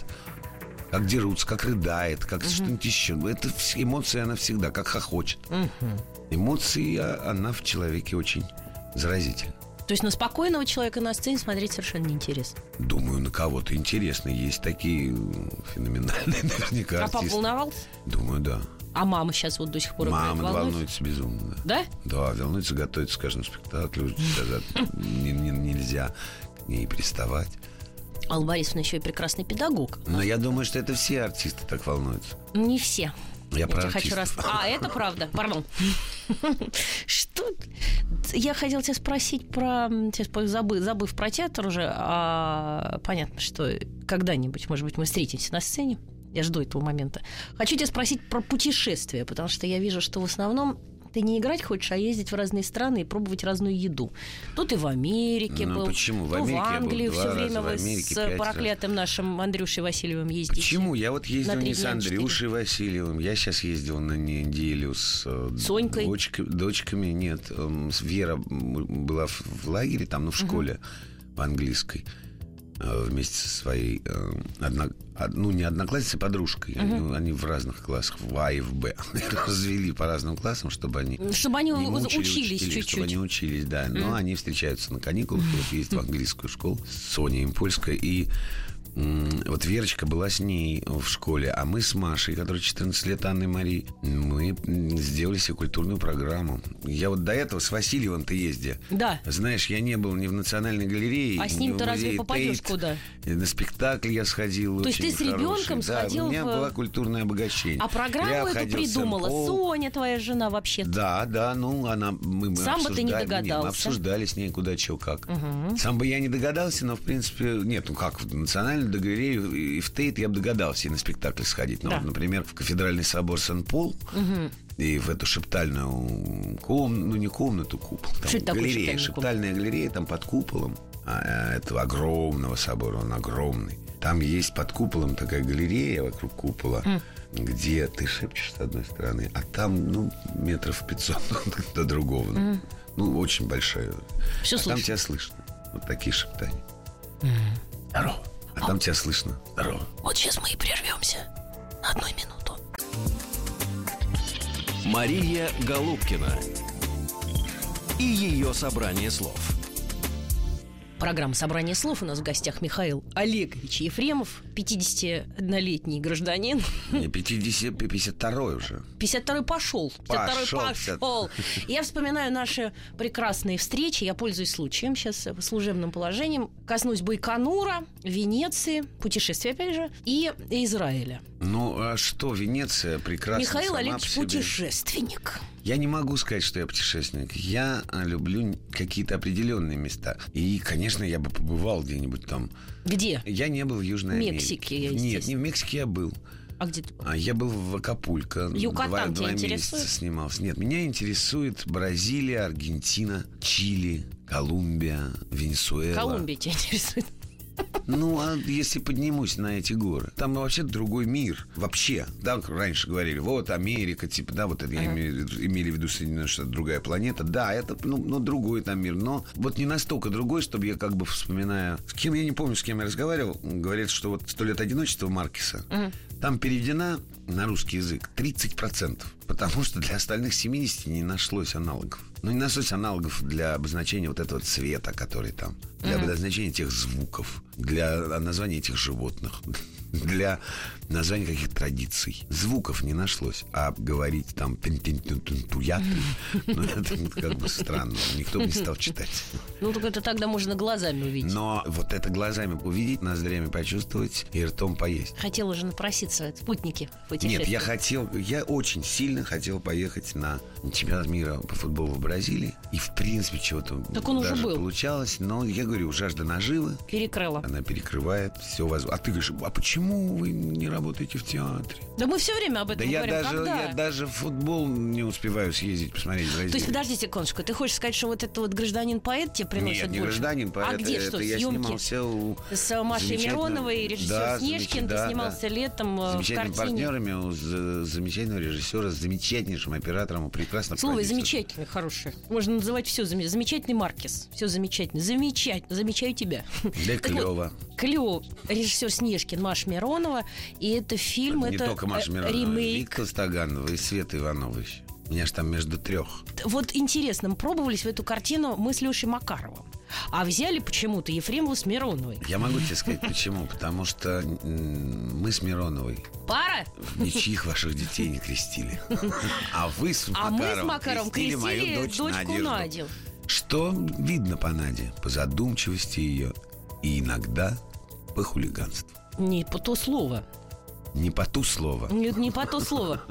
S3: Как дерутся, как рыдает, как что-нибудь еще. Это вс- эмоция она всегда, как хохочет. Эмоции, а, она в человеке очень заразительна.
S2: То есть на спокойного человека на сцене смотреть совершенно неинтересно.
S3: Думаю, на кого-то интересно. Есть такие м, феноменальные наверняка
S2: А папа
S3: артисты.
S2: волновался?
S3: Думаю, да.
S2: А мама сейчас вот до сих пор играет,
S3: Мама
S2: волнуется?
S3: волнуется безумно. да.
S2: Да?
S3: Да, волнуется, готовится к каждому спектаклю. Даже не- не- Нельзя к ней приставать.
S2: Алла Борисовна еще и прекрасный педагог.
S3: Но я думаю, что это все артисты так волнуются.
S2: Не все.
S3: Я про
S2: тебя хочу раз.
S3: артистов.
S2: А, это правда. Пардон. Что? Я хотела тебя спросить про... Сейчас по- забы- забыв про театр уже, а, понятно, что когда-нибудь, может быть, мы встретимся на сцене. Я жду этого момента. Хочу тебя спросить про путешествия, потому что я вижу, что в основном ты не играть хочешь, а ездить в разные страны и пробовать разную еду. То ты в Америке
S3: Ну,
S2: был,
S3: почему? В
S2: то
S3: Америке я был
S2: Англию
S3: два
S2: все
S3: раза,
S2: время
S3: в
S2: вы
S3: Америке
S2: с
S3: пять раз.
S2: проклятым нашим Андрюшей Васильевым ездите.
S3: Почему? Я вот ездил
S2: три
S3: не с
S2: дня, на четыре.
S3: Андрюшей Васильевым. Я сейчас ездил на неделю с э,
S2: Сонькой?
S3: дочка- дочками. Нет, эм, с- Вера м, была в, в лагере, там, ну, в школе в английской. э, Вместе со своей, э, одно- од- ну, не одноклассницей, подружкой. Они, ну, они в разных классах, в А и в Б. Развели по разным классам, чтобы они...
S2: Чтобы они
S3: не мучили
S2: учились
S3: учителей, Чтобы
S2: чуть-чуть.
S3: они учились, да. Но они встречаются на каникулах, и вот ездят в английскую школу. Соня им польская. И м, вот Верочка была с ней в школе, а мы с Машей, которой 14 лет, Анной Марии, мы м, сделали себе культурную программу. Я вот до этого с Васильевым-то ездил.
S2: Да.
S3: Знаешь, я не был ни в Национальной галерее,
S2: А с
S3: ни
S2: ним ты
S3: в
S2: разве
S3: музее
S2: попадешь
S3: Тейт.
S2: куда?
S3: И На спектакль я сходил.
S2: То есть
S3: очень
S2: ты с ребенком
S3: хороший. Да,
S2: сходил
S3: у меня
S2: в- э,
S3: было культурное обогащение.
S2: А
S3: Я
S2: программу эту
S3: ходил в
S2: придумала
S3: Сен-Пол,
S2: Соня, твоя жена вообще.
S3: да, да, ну она мы, мы
S2: Сам бы ты не
S3: обсуждали, мы
S2: догадался.
S3: обсуждали с ней куда чего как. Сам бы я не догадался, но в принципе нет, ну как в национальную договорею и в Тейт я бы догадался и на спектакль сходить. Ну,
S2: Да.
S3: вот, например, в кафедральный собор Сен-Пол и в эту шептальную комнату, ну не комнату, купол, там
S2: Что это такое шептальная
S3: галерея,
S2: комната?
S3: шептальная галерея там под куполом а, э, этого огромного собора, он огромный. Там есть под куполом такая галерея вокруг купола, где ты шепчешь с одной стороны, а там, ну, метров 500 до другого. ну, Ну, очень большая.
S2: Всё
S3: а там
S2: слышно.
S3: тебя слышно. Вот такие шептания. Здорово. А там тебя слышно. Здорово.
S2: Вот сейчас мы и прервемся на одну минуту.
S1: Мария Голубкина и ее собрание слов.
S2: Программа «Собрание слов» у нас в гостях Михаил Олегович Ефремов, 51-летний гражданин.
S3: Мне 50, 52 уже.
S2: 52-й пошел. 52-й
S3: Пошел,
S2: пошел. Я вспоминаю наши прекрасные встречи. Я пользуюсь случаем сейчас э, служебным положением. Коснусь Байконура, Венеции, путешествия, опять же, и Израиля.
S3: Ну, а что, Венеция прекрасна
S2: Михаил
S3: сама
S2: Олегович
S3: по себе.
S2: путешественник.
S3: Я не могу сказать, что я путешественник. Я а, люблю какие-то определенные места. И, конечно, я бы побывал где-нибь там.
S2: Где?
S3: Я не был в Южной
S2: Мексике,
S3: Америке.
S2: естественно.
S3: Нет, не в Мексике я был.
S2: А где ты был?
S3: А Я был в Акапулько.
S2: Юкатан
S3: два,
S2: тебя
S3: два
S2: интересует?
S3: месяца снимался. Нет, меня интересует Бразилия, Аргентина, Чили, Колумбия, Венесуэла.
S2: Колумбия тебя интересует.
S3: Ну, а если поднимусь на эти горы? Там вообще другой мир. Вообще. Да, как раньше говорили, вот Америка, типа, да, вот это я имею в виду- имели в виду Соединенные Штаты, другая планета. Да, это, ну, ну, другой там мир. Но вот не настолько другой, чтобы я как бы вспоминая... С кем, я не помню, с кем я разговаривал, говорит, что вот «Сто лет одиночества» Маркиса, там переведена на русский язык 30%. Потому что для остальных 70 не нашлось аналогов. Ну, не нашлось аналогов для обозначения вот этого цвета, который там. Для обозначения тех звуков. Для названия этих животных. Для названия каких-то традиций. Звуков не нашлось. А говорить там «тин-тин-тин-тин-туяты», ну, это как бы странно. Никто бы не стал читать.
S2: Ну, только это тогда можно глазами увидеть.
S3: Но вот это глазами увидеть, ноздрями почувствовать и ртом поесть.
S2: Хотела уже напроситься, спутники
S3: Нет, я
S2: путешествия.
S3: хотел, я очень сильно хотел поехать на чемпионат мира по футболу в Бразилии. И в принципе чего-то
S2: Так он уже
S3: даже
S2: был.
S3: получалось. Но я говорю, жажда наживы,
S2: Перекрыла.
S3: она перекрывает все возможно. А ты говоришь, а почему вы не работаете в театре?
S2: Да мы все время об этом
S3: Да я
S2: Ну, говорим.
S3: даже,
S2: Когда?
S3: я даже в футбол не успеваю съездить посмотреть в Бразилию.
S2: То есть, подожди секундочку, ты хочешь сказать, что вот этот вот гражданин-поэт тебе приносит
S3: Нет, не
S2: больше?
S3: гражданин, поэт,
S2: А где
S3: это
S2: что,
S3: я
S2: съемки? Э,
S3: снимался у
S2: С Машей
S3: замечательного-
S2: Мироновой, режиссер
S3: Да,
S2: Снежкин,
S3: замечательно, да,
S2: ты
S3: да.
S2: снимался летом э,
S3: с
S2: в
S3: замечательными
S2: картине.
S3: партнерами, у з- замечательного режиссера, с замечательнейшим оператором, у прекрасного
S2: Слово
S3: продюсера.
S2: замечательный, хорошее. Можно называть все замечательный Маркес. Все замечательно. Замечательно. Замечаю тебя.
S3: Да
S2: Так вот,
S3: клево.
S2: Клево. Режиссер Снежкин, Маша Миронова. И это фильм,
S3: не
S2: это
S3: только Маша
S2: э,
S3: Миронова,
S2: ремейк.
S3: Виктор Стаганова и Света Иванова еще. У меня же там между трех.
S2: Вот интересно, мы пробовались в эту картину мы с Лешей Макаровым. А взяли почему-то Ефремова с Мироновой.
S3: Я могу тебе сказать, почему. Потому что м, мы с Мироновой
S2: Пара?
S3: ничьих ваших детей не крестили. А вы с
S2: А
S3: Макаром
S2: мы с Макаром крестили,
S3: мою дочь
S2: дочку
S3: Надежду.
S2: Надю.
S3: Что видно по Наде? По задумчивости ее и иногда по хулиганству.
S2: Не по то слово.
S3: Не по ту слово.
S2: Не, не по то слово.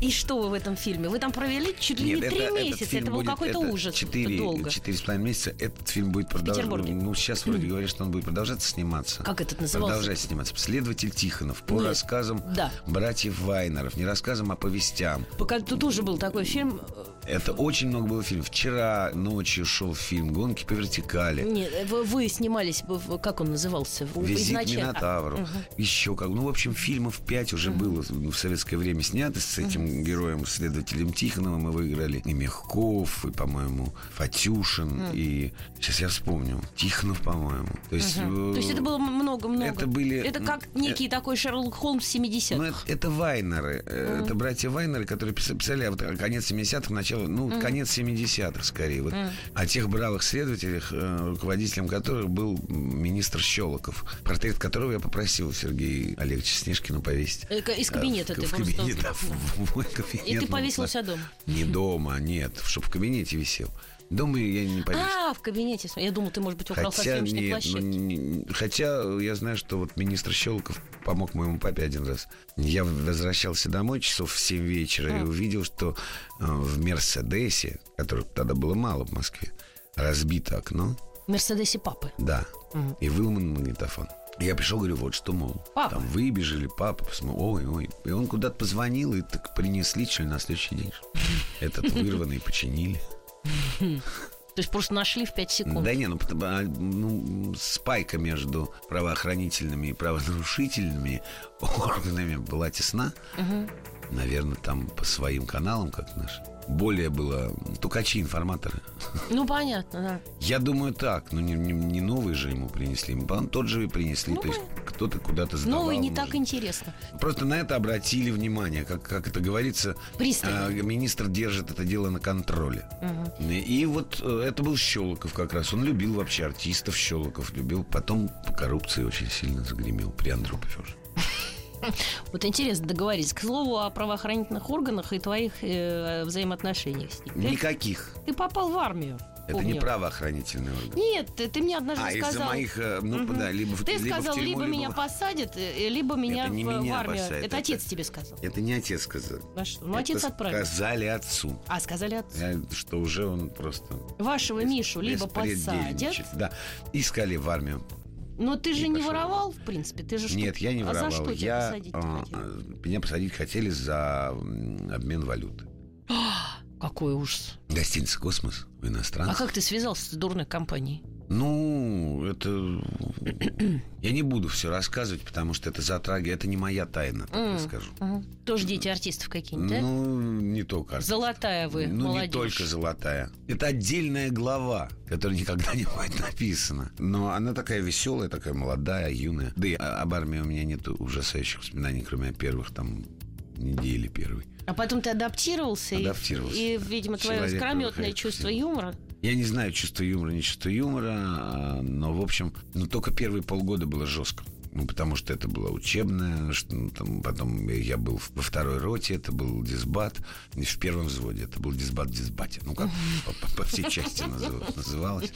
S2: И что вы в этом фильме? Вы там провели чуть ли не
S3: Нет,
S2: три
S3: это- этот
S2: месяца.
S3: фильм
S2: Это был
S3: будет-
S2: какой-то
S3: это
S2: ужас.
S3: Четыре,
S2: Это долго.
S3: четыре с половиной месяца этот фильм будет продолжаться.
S2: Петербурге.
S3: Ну, сейчас вроде говорят, что он будет продолжаться сниматься.
S2: Как этот назывался?
S3: Продолжать сниматься. Следователь Тихонов по
S2: Нет.
S3: рассказам
S2: Да.
S3: братьев Вайнеров. Не рассказам, а повестям.
S2: Пока тут тоже был такой фильм. э,
S3: Это очень много было фильмов. Вчера ночью шел фильм «Гонки по вертикали».
S2: Нет, э, вы, вы снимались, в- в- как он назывался? В-
S3: Э, Визит к
S2: Ну, изначально.
S3: Минотавру, еще как. Ну, в общем, фильмов пять уже было в советское время снято с этим героем, следователем Тихоновым. Мы выиграли и Мягков, и, по-моему, Фатюшин, и... Сейчас я вспомню. Тихонов, по-моему. То есть... э,
S2: То есть это было много-много.
S3: Это были-
S2: Это как
S3: м, э,
S2: некий такой Шерлок Холмс 70-х.
S3: Ну, это, это Вайнеры. э, Это братья Вайнеры, которые пис- писали вот, э, конец 70-х, начало, ну, конец 70-х скорее. Вот, О тех бравых следователях, э, руководителем которых был м, министр Щелоков, портрет которого я попросил Сергея Олеговича Снежкина повесить.
S2: Э, ка- Из кабинета
S3: А, в-
S2: ты
S3: в
S2: просто-
S3: кабинет, да, в- в мой кабинет.
S2: И ты
S3: ну,
S2: повесил
S3: на-
S2: у себя дома.
S3: Не дома, нет, чтобы в кабинете висел. Дома я не повесил.
S2: А, в кабинете. Я думал, ты, может быть, украл со
S3: Хотя,
S2: съемочной
S3: нет, ну,
S2: площадки.
S3: не- не- хотя э, я знаю, что вот министр Щелков помог моему папе один раз. Я возвращался домой часов в 7 вечера и увидел, что э, в Мерседесе, которых тогда было мало в Москве, разбито окно,
S2: Мерседесе папы.
S3: да, и выломан магнитофон. Я пришел, говорю, вот что, мол,
S2: Папа.
S3: там выбежали, папа, посмотри, ой, ой. И он куда-то позвонил, и так принесли, что ли, на следующий день. что ли. Этот вырванный починили.
S2: То есть просто нашли в 5 секунд.
S3: Да не, ну, потом, а, ну, спайка между правоохранительными и правонарушительными органами была тесна. Наверное, там по своим каналам, как наш. Более было тукачи информаторы.
S2: Ну, понятно, да.
S3: Я думаю, так. Ну, не, не- не новый же ему принесли. Ему, по-моему, тот же и принесли.
S2: Ну,
S3: то есть кто-то куда-то сдавал.
S2: Новый ну, не так
S3: может.
S2: интересно.
S3: Просто на это обратили внимание. Как, как это говорится,
S2: Пристально.
S3: э, министр держит это дело на контроле. И вот э, это был Щелоков как раз. Он любил вообще артистов Щелоков, любил. Потом по коррупции очень сильно загремел при Андропове уже.
S2: Вот интересно договорить. К слову о правоохранительных органах и твоих э, взаимоотношениях с ними. Ты-
S3: Никаких.
S2: Ты попал в армию.
S3: Это
S2: помню.
S3: не правоохранительный орган.
S2: Нет, ты, ты мне однажды
S3: А, из-за
S2: сказал.
S3: моих, э, ну да, либо в,
S2: Ты
S3: либо в
S2: сказал,
S3: тюрьму,
S2: либо,
S3: либо
S2: меня
S3: в-
S2: посадят, э, либо меня,
S3: не
S2: в, в
S3: меня
S2: армию.
S3: посадят,
S2: это,
S3: это-
S2: отец тебе сказал.
S3: Это не отец сказал.
S2: А что? Ну,
S3: Это
S2: отец отправил.
S3: Сказали отцу.
S2: А, сказали отцу.
S3: Э, Что уже он просто...
S2: Вашего Мишу либо посадят.
S3: беспредельничает. Да. Искали в армию.
S2: Но ты же
S3: И
S2: не
S3: пошел.
S2: воровал, в принципе. Ты же что-
S3: Нет, я не
S2: а
S3: воровал.
S2: за что тебя
S3: я,
S2: посадить
S3: а, а, меня посадить хотели за м, обмен валюты.
S2: Какой ужас.
S3: Гостиница «Космос» у
S2: А
S3: иностранцев.
S2: как ты связался с дурной компанией?
S3: Ну, это... я не буду все рассказывать, потому что это затрагивает... Это не моя тайна, так я
S2: М,
S3: скажу.
S2: Тоже дети артистов какие-нибудь, да?
S3: Ну, не только артист.
S2: Золотая вы,
S3: Ну,
S2: молодежь.
S3: не только золотая. Это отдельная глава, которая никогда не будет написана. Но она такая веселая, такая молодая, юная. Да и а, об армии у меня нет ужасающих воспоминаний, кроме первых там недели первой.
S2: А потом ты адаптировался, и-
S3: Адаптировался,
S2: и,
S3: да.
S2: видимо, твое
S3: Человек,
S2: искрометное
S3: который
S2: чувство
S3: хотел.
S2: юмора.
S3: Я не знаю, чувство юмора, не чувство юмора, а, но, в общем, ну, только первые полгода было жестко. Ну, потому что это было учебное, что, ну, там, потом я был во второй роте, это был дисбат, не в первом взводе, это был дисбат в дисбате. Ну, как по, по- по всей части назыв- называлось.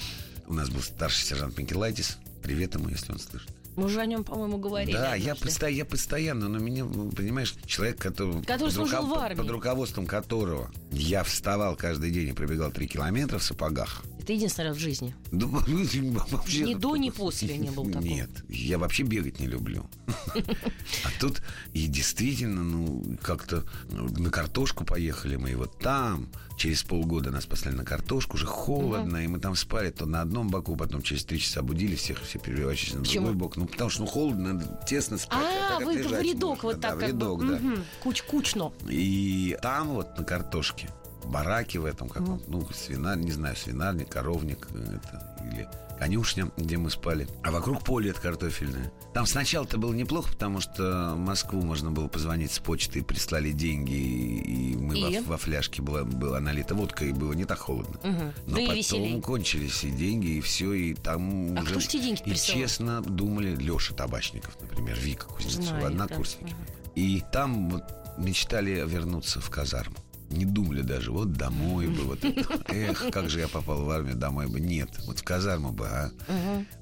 S3: У нас был старший сержант Микелайтис. Привет ему, если он слышит.
S2: Мы уже о нем, по-моему, говорили.
S3: Да, я,
S2: однажды.
S3: посто- я постоянно, но меня, ну, понимаешь, человек, который,
S2: Который служил в
S3: под-
S2: армии.
S3: под руководством которого я вставал каждый день и пробегал три километра в сапогах,
S2: Это единственный раз в жизни.
S3: да, вообще-
S2: Ни до, ни после не было такого.
S3: Нет, я вообще бегать не люблю. А тут и действительно, ну, как-то на картошку поехали мы, и вот там через полгода нас послали на картошку, уже холодно, и мы там спали то на одном боку, потом через три часа будили всех, все переворачивались на
S2: Почему?
S3: другой бок. Ну, потому что, ну, холодно, надо тесно спать.
S2: А,
S3: так
S2: вы
S3: отлежать
S2: в рядок
S3: можно,
S2: вот
S3: да,
S2: так
S3: в
S2: как бы.
S3: рядок, да.
S2: Мгм. Куч- Кучно.
S3: И там вот на картошке бараки в этом каком ну, свинарь, не знаю, свинарник, коровник э, это, или конюшня, где мы спали. А вокруг поле это картофельное. Там сначала-то было неплохо, потому что в Москву можно было позвонить с почты, прислали деньги, и мы
S2: И?
S3: Во, во фляжке была, была налита водка, и было не так холодно.
S2: Мгм.
S3: Но
S2: Да и
S3: потом
S2: веселей.
S3: кончились и деньги, и все, и там
S2: А
S3: уже...
S2: кто ж тебе деньги
S3: И
S2: присылал?
S3: честно думали Леша Табачников, например, Вика
S2: Знаю,
S3: Кузнецова, однокурсники.
S2: да.
S3: И там вот мечтали вернуться в казарму. Не думали даже, вот домой бы, вот это. эх, как же я попал в армию, домой бы. Нет, вот в казарму бы, а.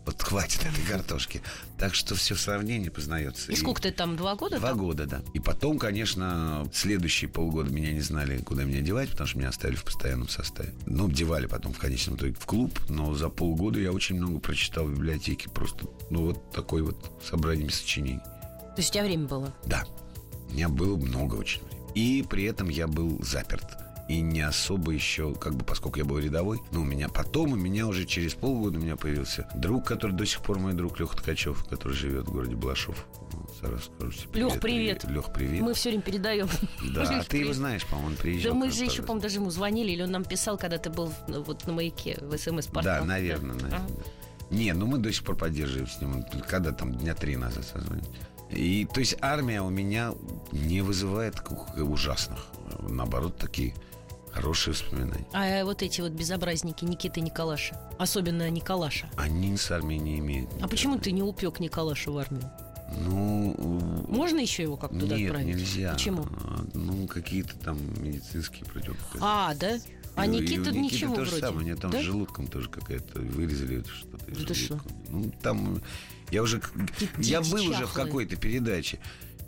S3: Вот хватит этой картошки. Так что все в сравнении познается.
S2: И сколько ты там, два года?
S3: Два
S2: там?
S3: года, да. И потом, конечно, следующие полгода меня не знали, куда меня девать, потому что меня оставили в постоянном составе. Ну, девали потом в конечном итоге в клуб, но за полгода я очень много прочитал в библиотеке. Просто, ну, вот такой вот собранием сочинений.
S2: То есть у тебя время было?
S3: Да, у меня было много очень времени. И при этом я был заперт. И не особо еще, как бы, поскольку я был рядовой, но у меня потом, у меня уже через полгода у меня появился друг, который до сих пор мой друг Леха Ткачев, который живет в городе Балашов.
S2: Лёх, привет.
S3: Лех, привет.
S2: Мы все время передаем.
S3: Да, а
S2: Лёх,
S3: ты его
S2: привет.
S3: знаешь, по-моему, он
S2: Да
S3: приезжал.
S2: мы
S3: к нам
S2: же еще,
S3: пару
S2: по-моему,
S3: раз.
S2: даже ему звонили, или он нам писал, когда ты был ну, вот на маяке в эм СМС-портале.
S3: Да, наверное, наверное. Не, ну мы до сих пор поддерживаем с ним. Он Когда там, дня три назад созвонили. И, то есть армия у меня не вызывает каких- ужасных. Наоборот, такие хорошие воспоминания.
S2: А вот эти вот безобразники Никиты и Николаша, особенно Николаша.
S3: Они с армией не имеют.
S2: А почему ты не упек Николаша в армию?
S3: Ну,
S2: Можно еще его как-то туда
S3: нет,
S2: отправить?
S3: нельзя.
S2: Почему?
S3: А, Ну, какие-то там медицинские противопоказания.
S2: А, да? А
S3: И у- и у
S2: Никита
S3: Никиты
S2: ничего
S3: то же
S2: вроде.
S3: самое. У него там
S2: да?
S3: с желудком тоже какая-то вырезали это что-то. из
S2: Да ты
S3: желудка. Ну, там я уже... к- Я
S2: дети
S3: был уже в
S2: чахлые.
S3: какой-то передаче.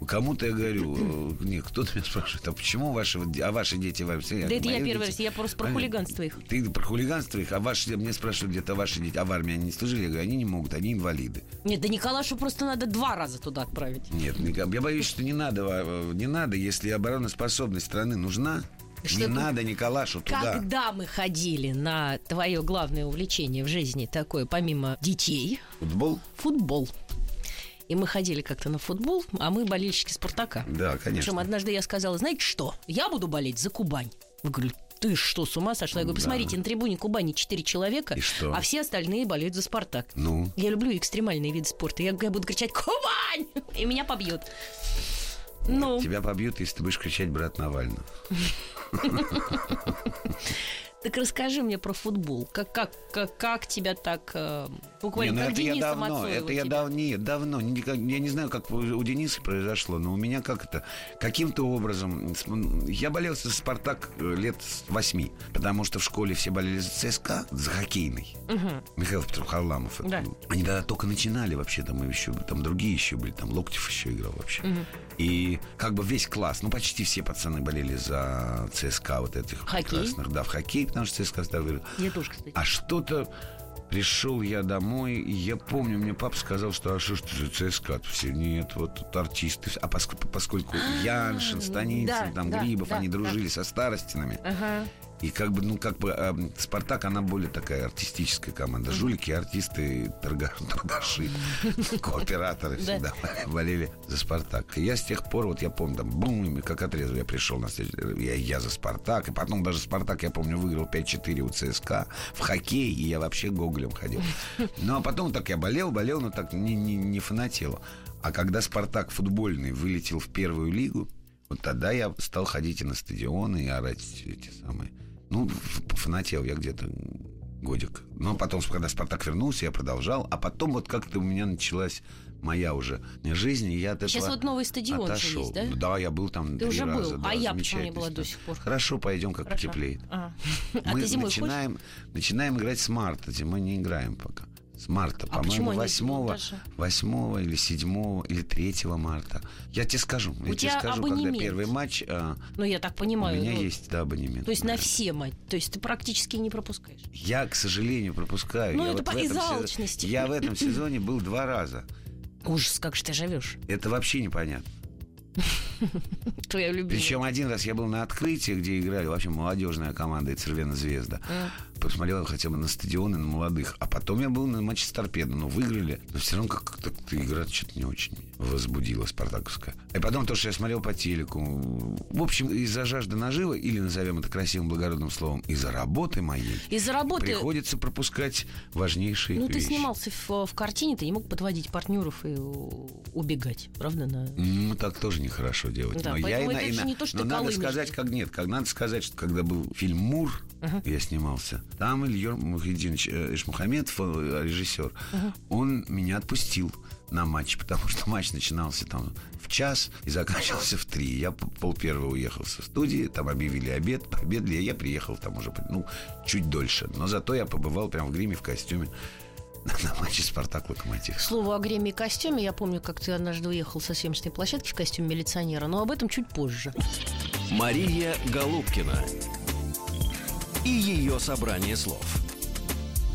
S3: Кому-то я говорю, э, не, кто-то меня спрашивает, а почему ваши, вот де- а ваши дети вам все?
S2: Да это я первый раз, я просто про
S3: Понятно.
S2: хулиганство их.
S3: Ты про хулиганство их, а ваши, мне спрашивают где-то, а ваши дети, а в армии они не служили? Я говорю, они не могут, они инвалиды.
S2: Нет, да Николашу просто надо два раза туда отправить.
S3: Нет, не- я боюсь, что не надо, э, не надо, если обороноспособность страны нужна,
S2: Что
S3: не
S2: ты-
S3: надо Николашу туда.
S2: Когда мы ходили на твое главное увлечение в жизни такое, помимо детей,
S3: Футбол?
S2: футбол. И мы ходили как-то на футбол, а мы болельщики «Спартака».
S3: Да, конечно.
S2: Причем однажды я сказала, знаете что, я буду болеть за Кубань. Вы говорю, ты что, с ума сошла? Я говорю,
S3: Да.
S2: посмотрите, на трибуне Кубани 4 человека,
S3: И что?
S2: а все остальные болеют за «Спартак».
S3: Ну,
S2: Я люблю экстремальные виды спорта. Я, я буду кричать «Кубань!» И меня побьют. Ну,
S3: Тебя побьют, если ты будешь кричать «Брат Навального».
S2: так расскажи мне про футбол. Как, как, как, как тебя так... э, буквально,
S3: Не, ну
S2: как
S3: это я
S2: Дениса
S3: давно,
S2: Мацоева
S3: это я
S2: тебя?
S3: давно, нет, давно, никак- я не знаю, как у- у Дениса произошло, но у меня как это, каким-то образом, с- м, я болел за «Спартак» э, лет с восьми, потому что в школе все болели за ЦСКА, за хоккейный. Михаил Петровхарламов. это
S2: Да.
S3: был. Они тогда только начинали вообще, там и еще, там другие еще были, там Локтев еще играл вообще. И как бы весь класс, ну почти все пацаны болели за ЦСКА вот этих
S2: Хоккей?
S3: прекрасных, да, в хоккей, потому что ЦСКА всегда выиграл.
S2: Я тоже, кстати.
S3: А что-то пришел я домой, и я помню, мне папа сказал, что а что ж ты за ЦСКА? -то Все, нет, вот тут артисты. А поск- поскольку Яншин, Станицын,
S2: А, да,
S3: там
S2: да,
S3: Грибов,
S2: да,
S3: они
S2: да.
S3: дружили со старостинами. И как бы, ну, как бы эм, Спартак, она более такая артистическая команда. Жулики, артисты, торга- торгаши, кооператоры всегда болели за Спартак. И я с тех пор, вот я помню, там, бум, и как отрезал, я пришел на следующий день, я, я за Спартак. И потом даже Спартак, я помню, выиграл 5-4 у ЦСКА в хоккей, и я вообще гоголем ходил. Ну, а потом так я болел, болел, но так не, не, не фанател. А когда Спартак футбольный вылетел в первую лигу, вот тогда я стал ходить и на стадионы, и орать эти самые. Ну, ф- фанател я где-то годик. Но потом, когда Спартак вернулся, я продолжал. А потом вот как-то у меня началась моя уже жизнь, и я от этого
S2: Сейчас вот новый стадион же
S3: отошел.
S2: есть, да?
S3: я был там
S2: Ты
S3: три
S2: уже был,
S3: раза. да,
S2: а я почему не
S3: замечательно.
S2: была до сих пор?
S3: Хорошо, пойдем, как
S2: Хорошо.
S3: потеплеет.
S2: А. А
S3: Мы
S2: ты зимой ходишь?
S3: начинаем, начинаем играть с марта, зимой не играем пока. С марта,
S2: А почему они
S3: по-моему, 8,
S2: даже?
S3: 8 или 7 или 3 марта. Я тебе скажу,
S2: У
S3: я тебе
S2: тебя
S3: скажу,
S2: абонемент.
S3: когда первый матч. а,
S2: Ну, я так понимаю.
S3: у меня
S2: ну,
S3: есть, да, абонемент.
S2: То есть на
S3: Да.
S2: все, мать. То есть ты практически не пропускаешь.
S3: Я, к сожалению, пропускаю.
S2: Ну,
S3: я
S2: это
S3: вот
S2: по-
S3: в этом
S2: из-за
S3: сезо-
S2: алчности.
S3: Я в этом сезоне был два раза.
S2: Ужас, как же ты живешь.
S3: Это вообще непонятно.
S2: Твоя любимая. А.
S3: Причем один раз я был на открытии, где играли вообще молодежная команда и Цервена Звезда. посмотрел хотя бы на стадионы, на молодых. А потом я был на матче с Торпедо, но выиграли. Но все равно как-то игра что-то не очень меня возбудила спартаковская. И потом то, что я смотрел по телеку. В общем, из-за жажды наживы, или назовем это красивым благородным словом, из-за работы моей,
S2: Из-за работы...
S3: приходится пропускать важнейшие
S2: Ну, ты
S3: вещи.
S2: снимался в, в картине, ты не мог подводить партнеров и у- убегать, правда? На...
S3: Ну, так тоже нехорошо делать.
S2: Да,
S3: но я
S2: поэтому
S3: и на-
S2: это
S3: и
S2: же
S3: на-
S2: не то, что
S3: но
S2: ты
S3: надо
S2: колымешь.
S3: сказать, как нет. Как надо сказать, что когда был фильм «Мур», я снимался, там Илья Мухидинович э, Ишмухаметов, э, режиссер, он меня отпустил на матч, потому что матч начинался там в час и заканчивался в три. Я п- пол первого уехал со студии, там объявили обед, пообедали, а я приехал там уже, ну, чуть дольше. Но зато я побывал прям в гриме, в костюме на, на матче «Спартак-Локомотив».
S2: К слову о гриме и костюме, я помню, как ты однажды уехал со съемочной площадки в костюме милиционера, но об этом чуть позже.
S1: Мария Голубкина и ее собрание слов.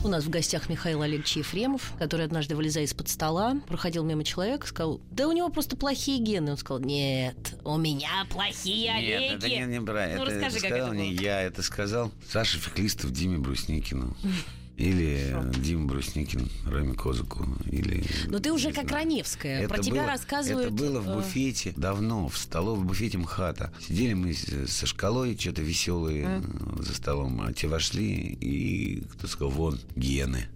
S2: У нас в гостях Михаил Олегович Ефремов, который однажды, вылезая из-под стола, проходил мимо человека, сказал, да у него просто плохие гены. Он сказал, нет, у меня плохие
S3: Нет, это
S2: Олеги.
S3: не, не про это.
S2: Ну, расскажи,
S3: это
S2: как
S3: сказал
S2: это
S3: не
S2: было.
S3: я, это сказал Саша Феклистов Диме Брусникину. Или э, Дима Брусникин Роме Козыку. Или...
S2: Но ты уже
S3: не
S2: как
S3: знаю.
S2: Раневская. Э, Про тебя
S3: было-
S2: рассказывают...
S3: Это было в
S2: э,
S3: буфете давно, в столовой в буфете МХАТа. Сидели мы с- со шкалой, что-то веселые э, за столом. А те вошли, и кто сказал, вон, гены.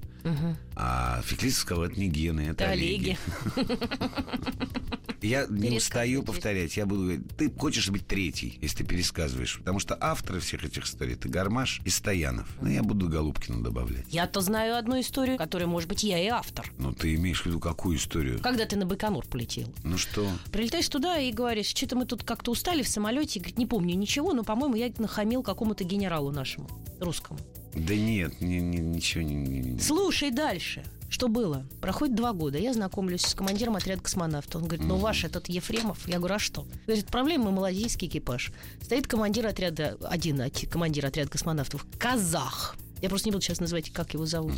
S3: А Феклистов сказал, это не гены, это,
S2: Это
S3: Олеги.
S2: Олеги.
S3: Я не
S2: Пересказывайте.
S3: устаю повторять. Я буду говорить, ты хочешь быть третий, если ты пересказываешь. Потому что авторы всех этих историй это Гармаш и Стоянов. Ну, я буду Голубкину добавлять.
S2: Я-то знаю одну историю, которой, может быть, я и автор.
S3: Ну, ты имеешь в виду какую историю?
S2: Когда ты на Байконур полетел.
S3: Ну что?
S2: Прилетаешь туда и говоришь, что-то мы тут как-то устали в самолете. И Говорит, не помню ничего, но, по-моему, я нахамил какому-то генералу нашему, русскому.
S3: Да нет, не- не- ничего не... не- не.
S2: Слушай дальше. Что было? Проходит два года. Я знакомлюсь с командиром отряда космонавта. Он говорит, ну ваш этот Ефремов. Я говорю, а что? Говорит, отправляем мы малазийский экипаж. Стоит командир отряда, один оки- командир отряда космонавтов, казах. Я просто не буду сейчас называть, как его зовут.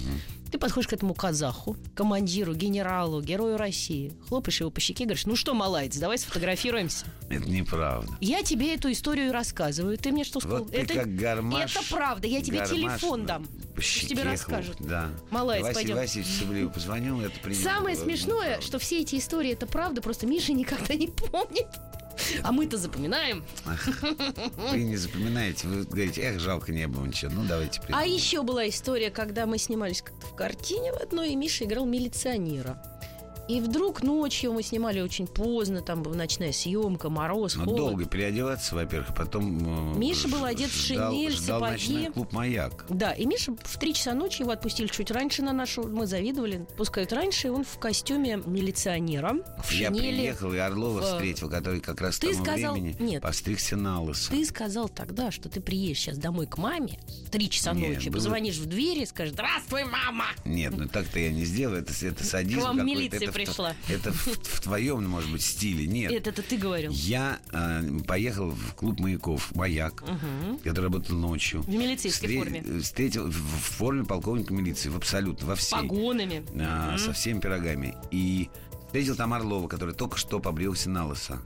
S2: Ты подходишь к этому казаху, командиру, генералу, герою России, хлопаешь его по щеке, говоришь, ну что, малаец, давай сфотографируемся.
S3: Это неправда.
S2: Я тебе эту историю рассказываю. Ты мне что сказал?
S3: Вот ты как гармаш.
S2: это правда. Я тебе
S3: гармаш,
S2: телефон
S3: ну,
S2: дам.
S3: по
S2: Пусть тебе
S3: щеке
S2: расскажут.
S3: хлопнет, Да.
S2: Малаец,
S3: Василий
S2: пойдем.
S3: Васильевич Савельев позвонил, это принято
S5: Самое
S3: было, ну,
S5: смешное,
S3: правда.
S5: что все эти истории это правда, просто Миша никогда не помнит. А мы-то запоминаем.
S3: Вы не запоминаете, вы говорите, эх, жалко, не было ничего. Ну, давайте
S5: А
S3: придумаем.
S5: еще была история, когда мы снимались как-то в картине в одной, и Миша играл милиционера. И вдруг ночью мы снимали очень поздно, там была ночная съемка, мороз,
S3: Ну,
S5: холод.
S3: долго переодеваться, во-первых, а потом... э,
S5: Миша был
S3: ж-
S5: одет в
S3: ждал-
S5: шинель,
S3: ждал
S5: сапоги.
S3: ночной клуб «Маяк».
S5: Да, и Миша в 3 часа ночи его отпустили чуть раньше на нашу, мы завидовали, пускают раньше, и он в костюме милиционера, в
S3: Я
S5: шинели.
S3: приехал и Орлова
S5: в-
S3: встретил, который как раз к
S5: Ты
S3: тому
S5: сказал-
S3: времени
S5: Нет.
S3: постригся на лысо.
S5: Ты сказал тогда, что ты приедешь сейчас домой к маме в 3 часа
S3: Не,
S5: ночи,
S3: было-
S5: позвонишь в дверь и скажешь «Здравствуй, мама!»
S3: Нет, ну так-то я не сделал, это, это садизм
S5: К вам
S3: какой-то,
S5: милиция
S3: это в-
S5: пришла.
S3: это в, в твоем, может быть, стиле, нет.
S5: Это-то ты говорил.
S3: Я э, поехал в клуб «Маяков», «Маяк», который работал ночью.
S5: В милицейской форме.
S3: Встретил в, в форме полковника милиции, в абсолютно, во всей.
S5: Погонами.
S3: а, со всеми пирогами. И встретил там Орлова, который только что побрился на лысо.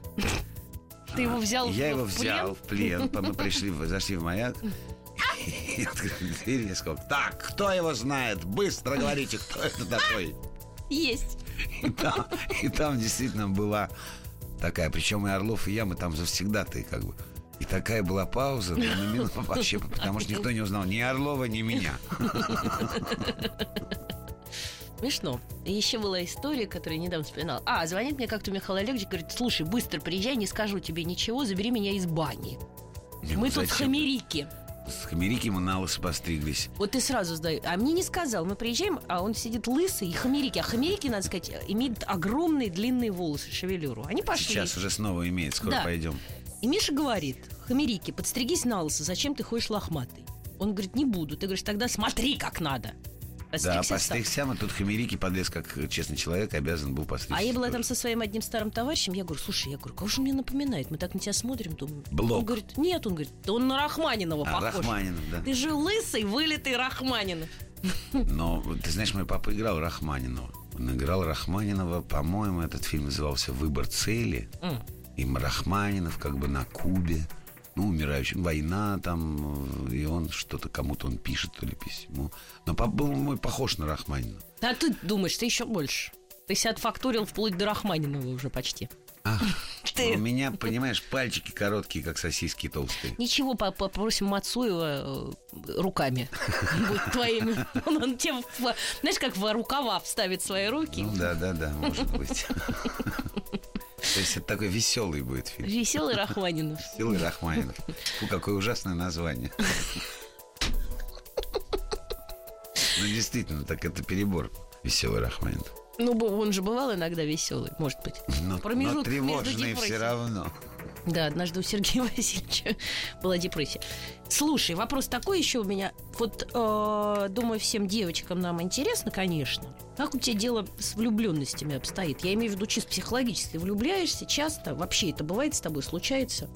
S5: Ты его взял
S3: Я его
S5: в плен?
S3: взял в плен. Мы пришли, в- зашли в маяк. Я открыл дверь, я сказал, так, кто его знает? Быстро говорите, кто это такой.
S5: Есть.
S3: И там, и там действительно была такая, причем и Орлов, и я, мы там завсегдаты как бы. И такая была пауза, ну, на минуту вообще, потому что никто не узнал ни Орлова, ни меня.
S2: Смешно. И еще была история, которую я недавно вспоминала. А, звонит мне как-то Михаил Олегович, говорит, слушай, быстро приезжай, не скажу тебе ничего, забери меня из бани.
S3: Я
S2: Мы
S3: говорю,
S2: тут в
S3: «Зачем?»
S2: Хамерике.
S3: С Хамерики мы на лысо постриглись.
S2: Вот ты сразу сдаешь. А мне не сказал. Мы приезжаем, а он сидит лысый и Хамерики. А Хамерики, надо сказать, имеет огромные длинные волосы, шевелюру. Они пошли.
S3: Сейчас уже снова имеет, скоро
S2: Да.
S3: пойдем.
S2: И Миша говорит, Хамерики, подстригись на лысо, зачем ты ходишь лохматый? Он говорит, не буду. Ты говоришь, тогда смотри, как надо.
S3: Да,
S2: Подстригся сам.
S3: постригся, мы тут хамерики подлез, как э, честный человек, обязан был
S2: А
S3: постричься.
S2: я была там со своим одним старым товарищем, я говорю, слушай, я говорю, как же он мне напоминает, мы так на тебя смотрим, думаем.
S3: Блок.
S2: Он говорит, нет, он говорит, да он на Рахманинова
S3: А,
S2: похож.
S3: Рахманинов, да.
S2: Ты же лысый, вылитый Рахманинов.
S3: Но, ты знаешь, мой папа играл Рахманинова. Он играл Рахманинова, по-моему, этот фильм назывался «Выбор цели».
S2: М.
S3: И Рахманинов как бы на Кубе. ну, умирающий, война там, э, и он что-то кому-то он пишет, то ли письмо. Но папа был мой похож на Рахманина.
S2: А ты думаешь, ты еще больше. Ты себя отфакторил вплоть до Рахманинова уже почти.
S3: Ах, У меня, понимаешь, пальчики короткие, как сосиски толстые.
S2: Ничего, по- попросим Мацуева э, руками. Будь твоими. Он, он тебе, в- знаешь, как в рукава вставит свои руки.
S3: Ну да, да, да, может быть. То есть это такой веселый будет фильм.
S2: Веселый Рахманинов.
S3: Силы Рахманинов. Фу, какое ужасное название. Ну, действительно, так это перебор. Веселый Рахманинов.
S2: Ну, бо- он же бывал иногда веселый, может быть.
S3: Ну, Но, но
S2: Промежуток между
S3: тревожный все
S2: депрессией.
S3: равно.
S2: Да, однажды у Сергея Васильевича была депрессия. Слушай, вопрос такой еще у меня. Вот, э, думаю, всем девочкам нам интересно, конечно. Как у тебя дело с влюбленностями обстоит? Я имею в виду чисто психологически. Влюбляешься часто? Вообще это бывает с тобой? Случается?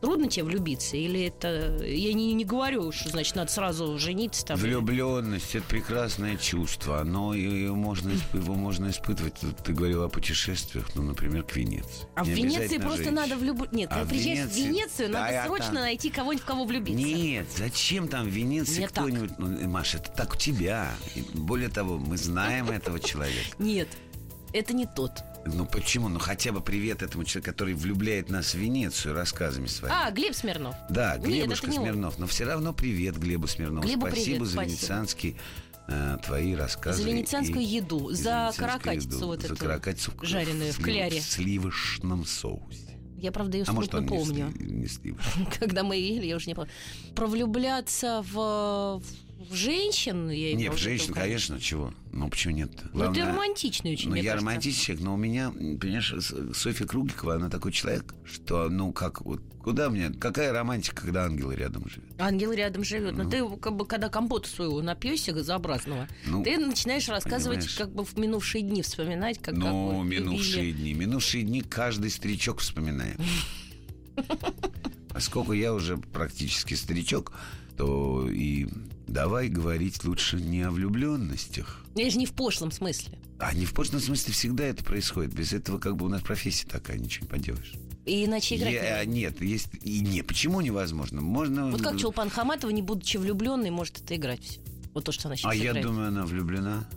S2: Трудно тебе влюбиться? Или это... Я не, не говорю, что, значит, надо сразу жениться там.
S3: Влюбленность это прекрасное чувство. Оно ее можно, исп- его можно испытывать. Тут Ты говорил о путешествиях, ну, например, к Венеции.
S2: А в
S3: Не
S2: Венеции
S3: обязательно
S2: просто
S3: женщин.
S2: надо влюбиться. Нет,
S3: А
S2: когда
S3: в
S2: приезжаешь в
S3: Венеции-
S2: Венецию,
S3: Да,
S2: надо
S3: я
S2: срочно
S3: там.
S2: найти кого-нибудь, в кого влюбиться.
S3: Нет, зачем там в Венеции
S2: Мне так.
S3: кто-нибудь... Ну, Маша, это так у тебя. И более того, мы знаем этого человека.
S2: Нет, это не тот.
S3: Ну почему? Ну хотя бы привет этому человеку, который влюбляет нас в Венецию рассказами своими.
S2: А, Глеб Смирнов.
S3: да,
S2: нет, это
S3: Глебушка
S2: не он.
S3: Смирнов. Но все равно привет Глебу Смирнову.
S2: Глебу
S3: спасибо
S2: привет,
S3: за
S2: спасибо.
S3: венецианские э, твои рассказы.
S2: За венецианскую
S3: и-
S2: еду,
S3: и
S2: за
S3: венецианскую
S2: каракатицу
S3: еду,
S2: вот
S3: За
S2: эту.
S3: каракатицу
S2: жареную в
S3: слив-
S2: кляре.
S3: В сливочном соусе.
S2: Я, правда, ее
S3: а может,
S2: смутно
S3: он не
S2: помню.
S3: сли- не сливочный.
S2: Когда мы ели, я уже не помню. Про влюбляться в, в женщин, я
S3: Не,
S2: имела
S3: в
S2: в виду,
S3: женщин, конечно, чего? Ну, почему нет-то?
S2: Ну, ты
S3: Главное-
S2: романтичный очень,
S3: Ну,
S2: мне
S3: я
S2: кажется.
S3: романтичный человек, но у меня, м, понимаешь, С- Софья Кругликова, она такой человек, что, ну, как, вот, куда мне, какая романтика, когда ангелы рядом живет?
S2: Ангел рядом живет. Но
S3: Ну.
S2: ты, как бы, когда компота своего напьешься газообразного,
S3: Ну,
S2: ты начинаешь рассказывать,
S3: понимаешь.
S2: как бы в минувшие дни вспоминать, как как
S3: ну
S2: вот любили.
S3: минувшие дни, минувшие дни каждый старичок вспоминает. Поскольку я уже практически старичок, то и давай говорить лучше не о влюбленностях.
S2: Я же не в пошлом смысле.
S3: А не в пошлом смысле всегда это происходит. Без этого как бы у нас профессия такая, ничего не поделаешь.
S2: И иначе играть.
S3: Е-
S2: нельзя.
S3: а, нет, есть и не. Почему невозможно? Можно.
S2: Вот как Чулпан Хаматова, не будучи влюбленной, может это играть все. Вот то, что она сейчас
S3: А я
S2: играет.
S3: думаю, она влюблена.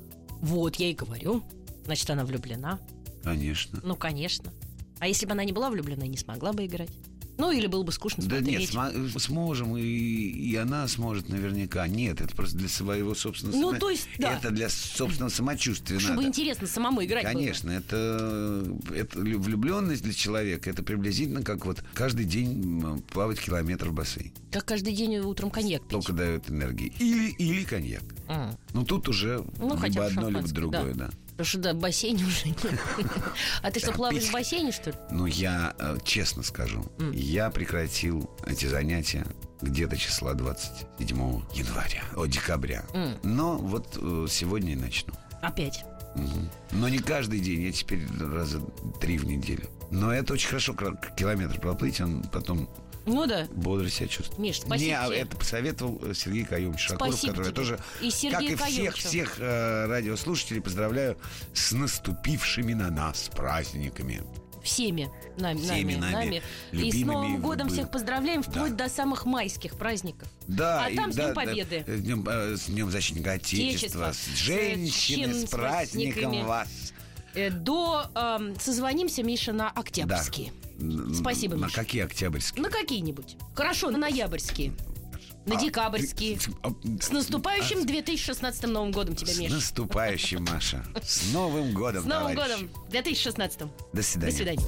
S2: Вот, я и говорю. Значит, она влюблена.
S3: Конечно.
S2: Ну, конечно. А если бы она не была влюблена, не смогла бы играть. Ну, или было бы скучно
S3: Да нет,
S2: смотреть.
S3: сма- сможем, и, и она сможет наверняка. Нет, это просто для своего собственного
S2: Ну,
S3: само-
S2: то есть, да.
S3: Это для собственного самочувствия
S2: Чтобы
S3: надо.
S2: интересно самому играть было.
S3: Конечно, это, это лю- влюбленность для человека, это приблизительно как вот каждый день м, плавать километр в бассейн.
S2: Как каждый день утром коньяк пить.
S3: Только дает энергии. Или, или коньяк.
S2: М.
S3: Ну тут уже
S2: Ну, хотя
S3: либо
S2: бы
S3: одно, либо
S2: шампанское,
S3: другое, да.
S2: Потому что, да, в бассейне уже нет. А ты что, плаваешь в бассейне, что ли?
S3: Ну, я э, честно скажу, я прекратил эти занятия где-то числа 27 января, о, декабря.
S2: М.
S3: Но вот э, сегодня и начну.
S2: Опять.
S3: Мгм. Но не каждый день, я теперь раза три в неделю. Но это очень хорошо, кра- километр проплыть, он потом
S2: Ну да.
S3: бодро себя чувствует.
S2: Миш,
S3: Не,
S2: спасибо
S3: а
S2: тебе.
S3: это посоветовал э, Сергей Каюмович Шакуров,
S2: Спасибо тебе.
S3: который я тоже,
S2: И Сергея
S3: как и всех,
S2: Каюмовича.
S3: всех э, радиослушателей, поздравляю с наступившими на нас праздниками.
S2: Всеми нами.
S3: Всеми
S2: нами,
S3: нами,
S2: нами. И с
S3: любимыми
S2: Новым
S3: вы-
S2: годом
S3: вы-
S2: всех поздравляем, вплоть до самых майских праздников.
S3: Да,
S2: А
S3: и
S2: там с
S3: да,
S2: Днем
S3: да,
S2: Победы.
S3: э, с Днем, э, с Днем защитника Отечества.
S2: Отечества.
S3: С женщины,
S2: Женщин
S3: с
S2: с праздниками.
S3: праздником вас.
S2: Э, До эм, созвонимся, Миша, на октябрьские.
S3: Н-
S2: Спасибо,
S3: На
S2: Миша.
S3: какие октябрьские?
S2: На какие-нибудь. Хорошо, на ноябрьские.
S3: А,
S2: На декабрьские. С наступающим 2016 Новым годом тебя,
S3: С
S2: Миша.
S3: наступающим, Маша. С Новым годом,
S2: С Новым
S3: товарищи.
S2: годом! 2016.
S3: До
S2: До
S3: свидания.
S2: свидания.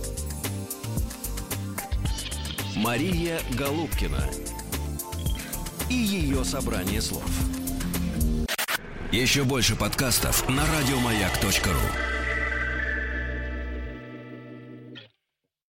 S1: Мария Голубкина и ее собрание слов. Еще больше подкастов на радиомаяк.ру.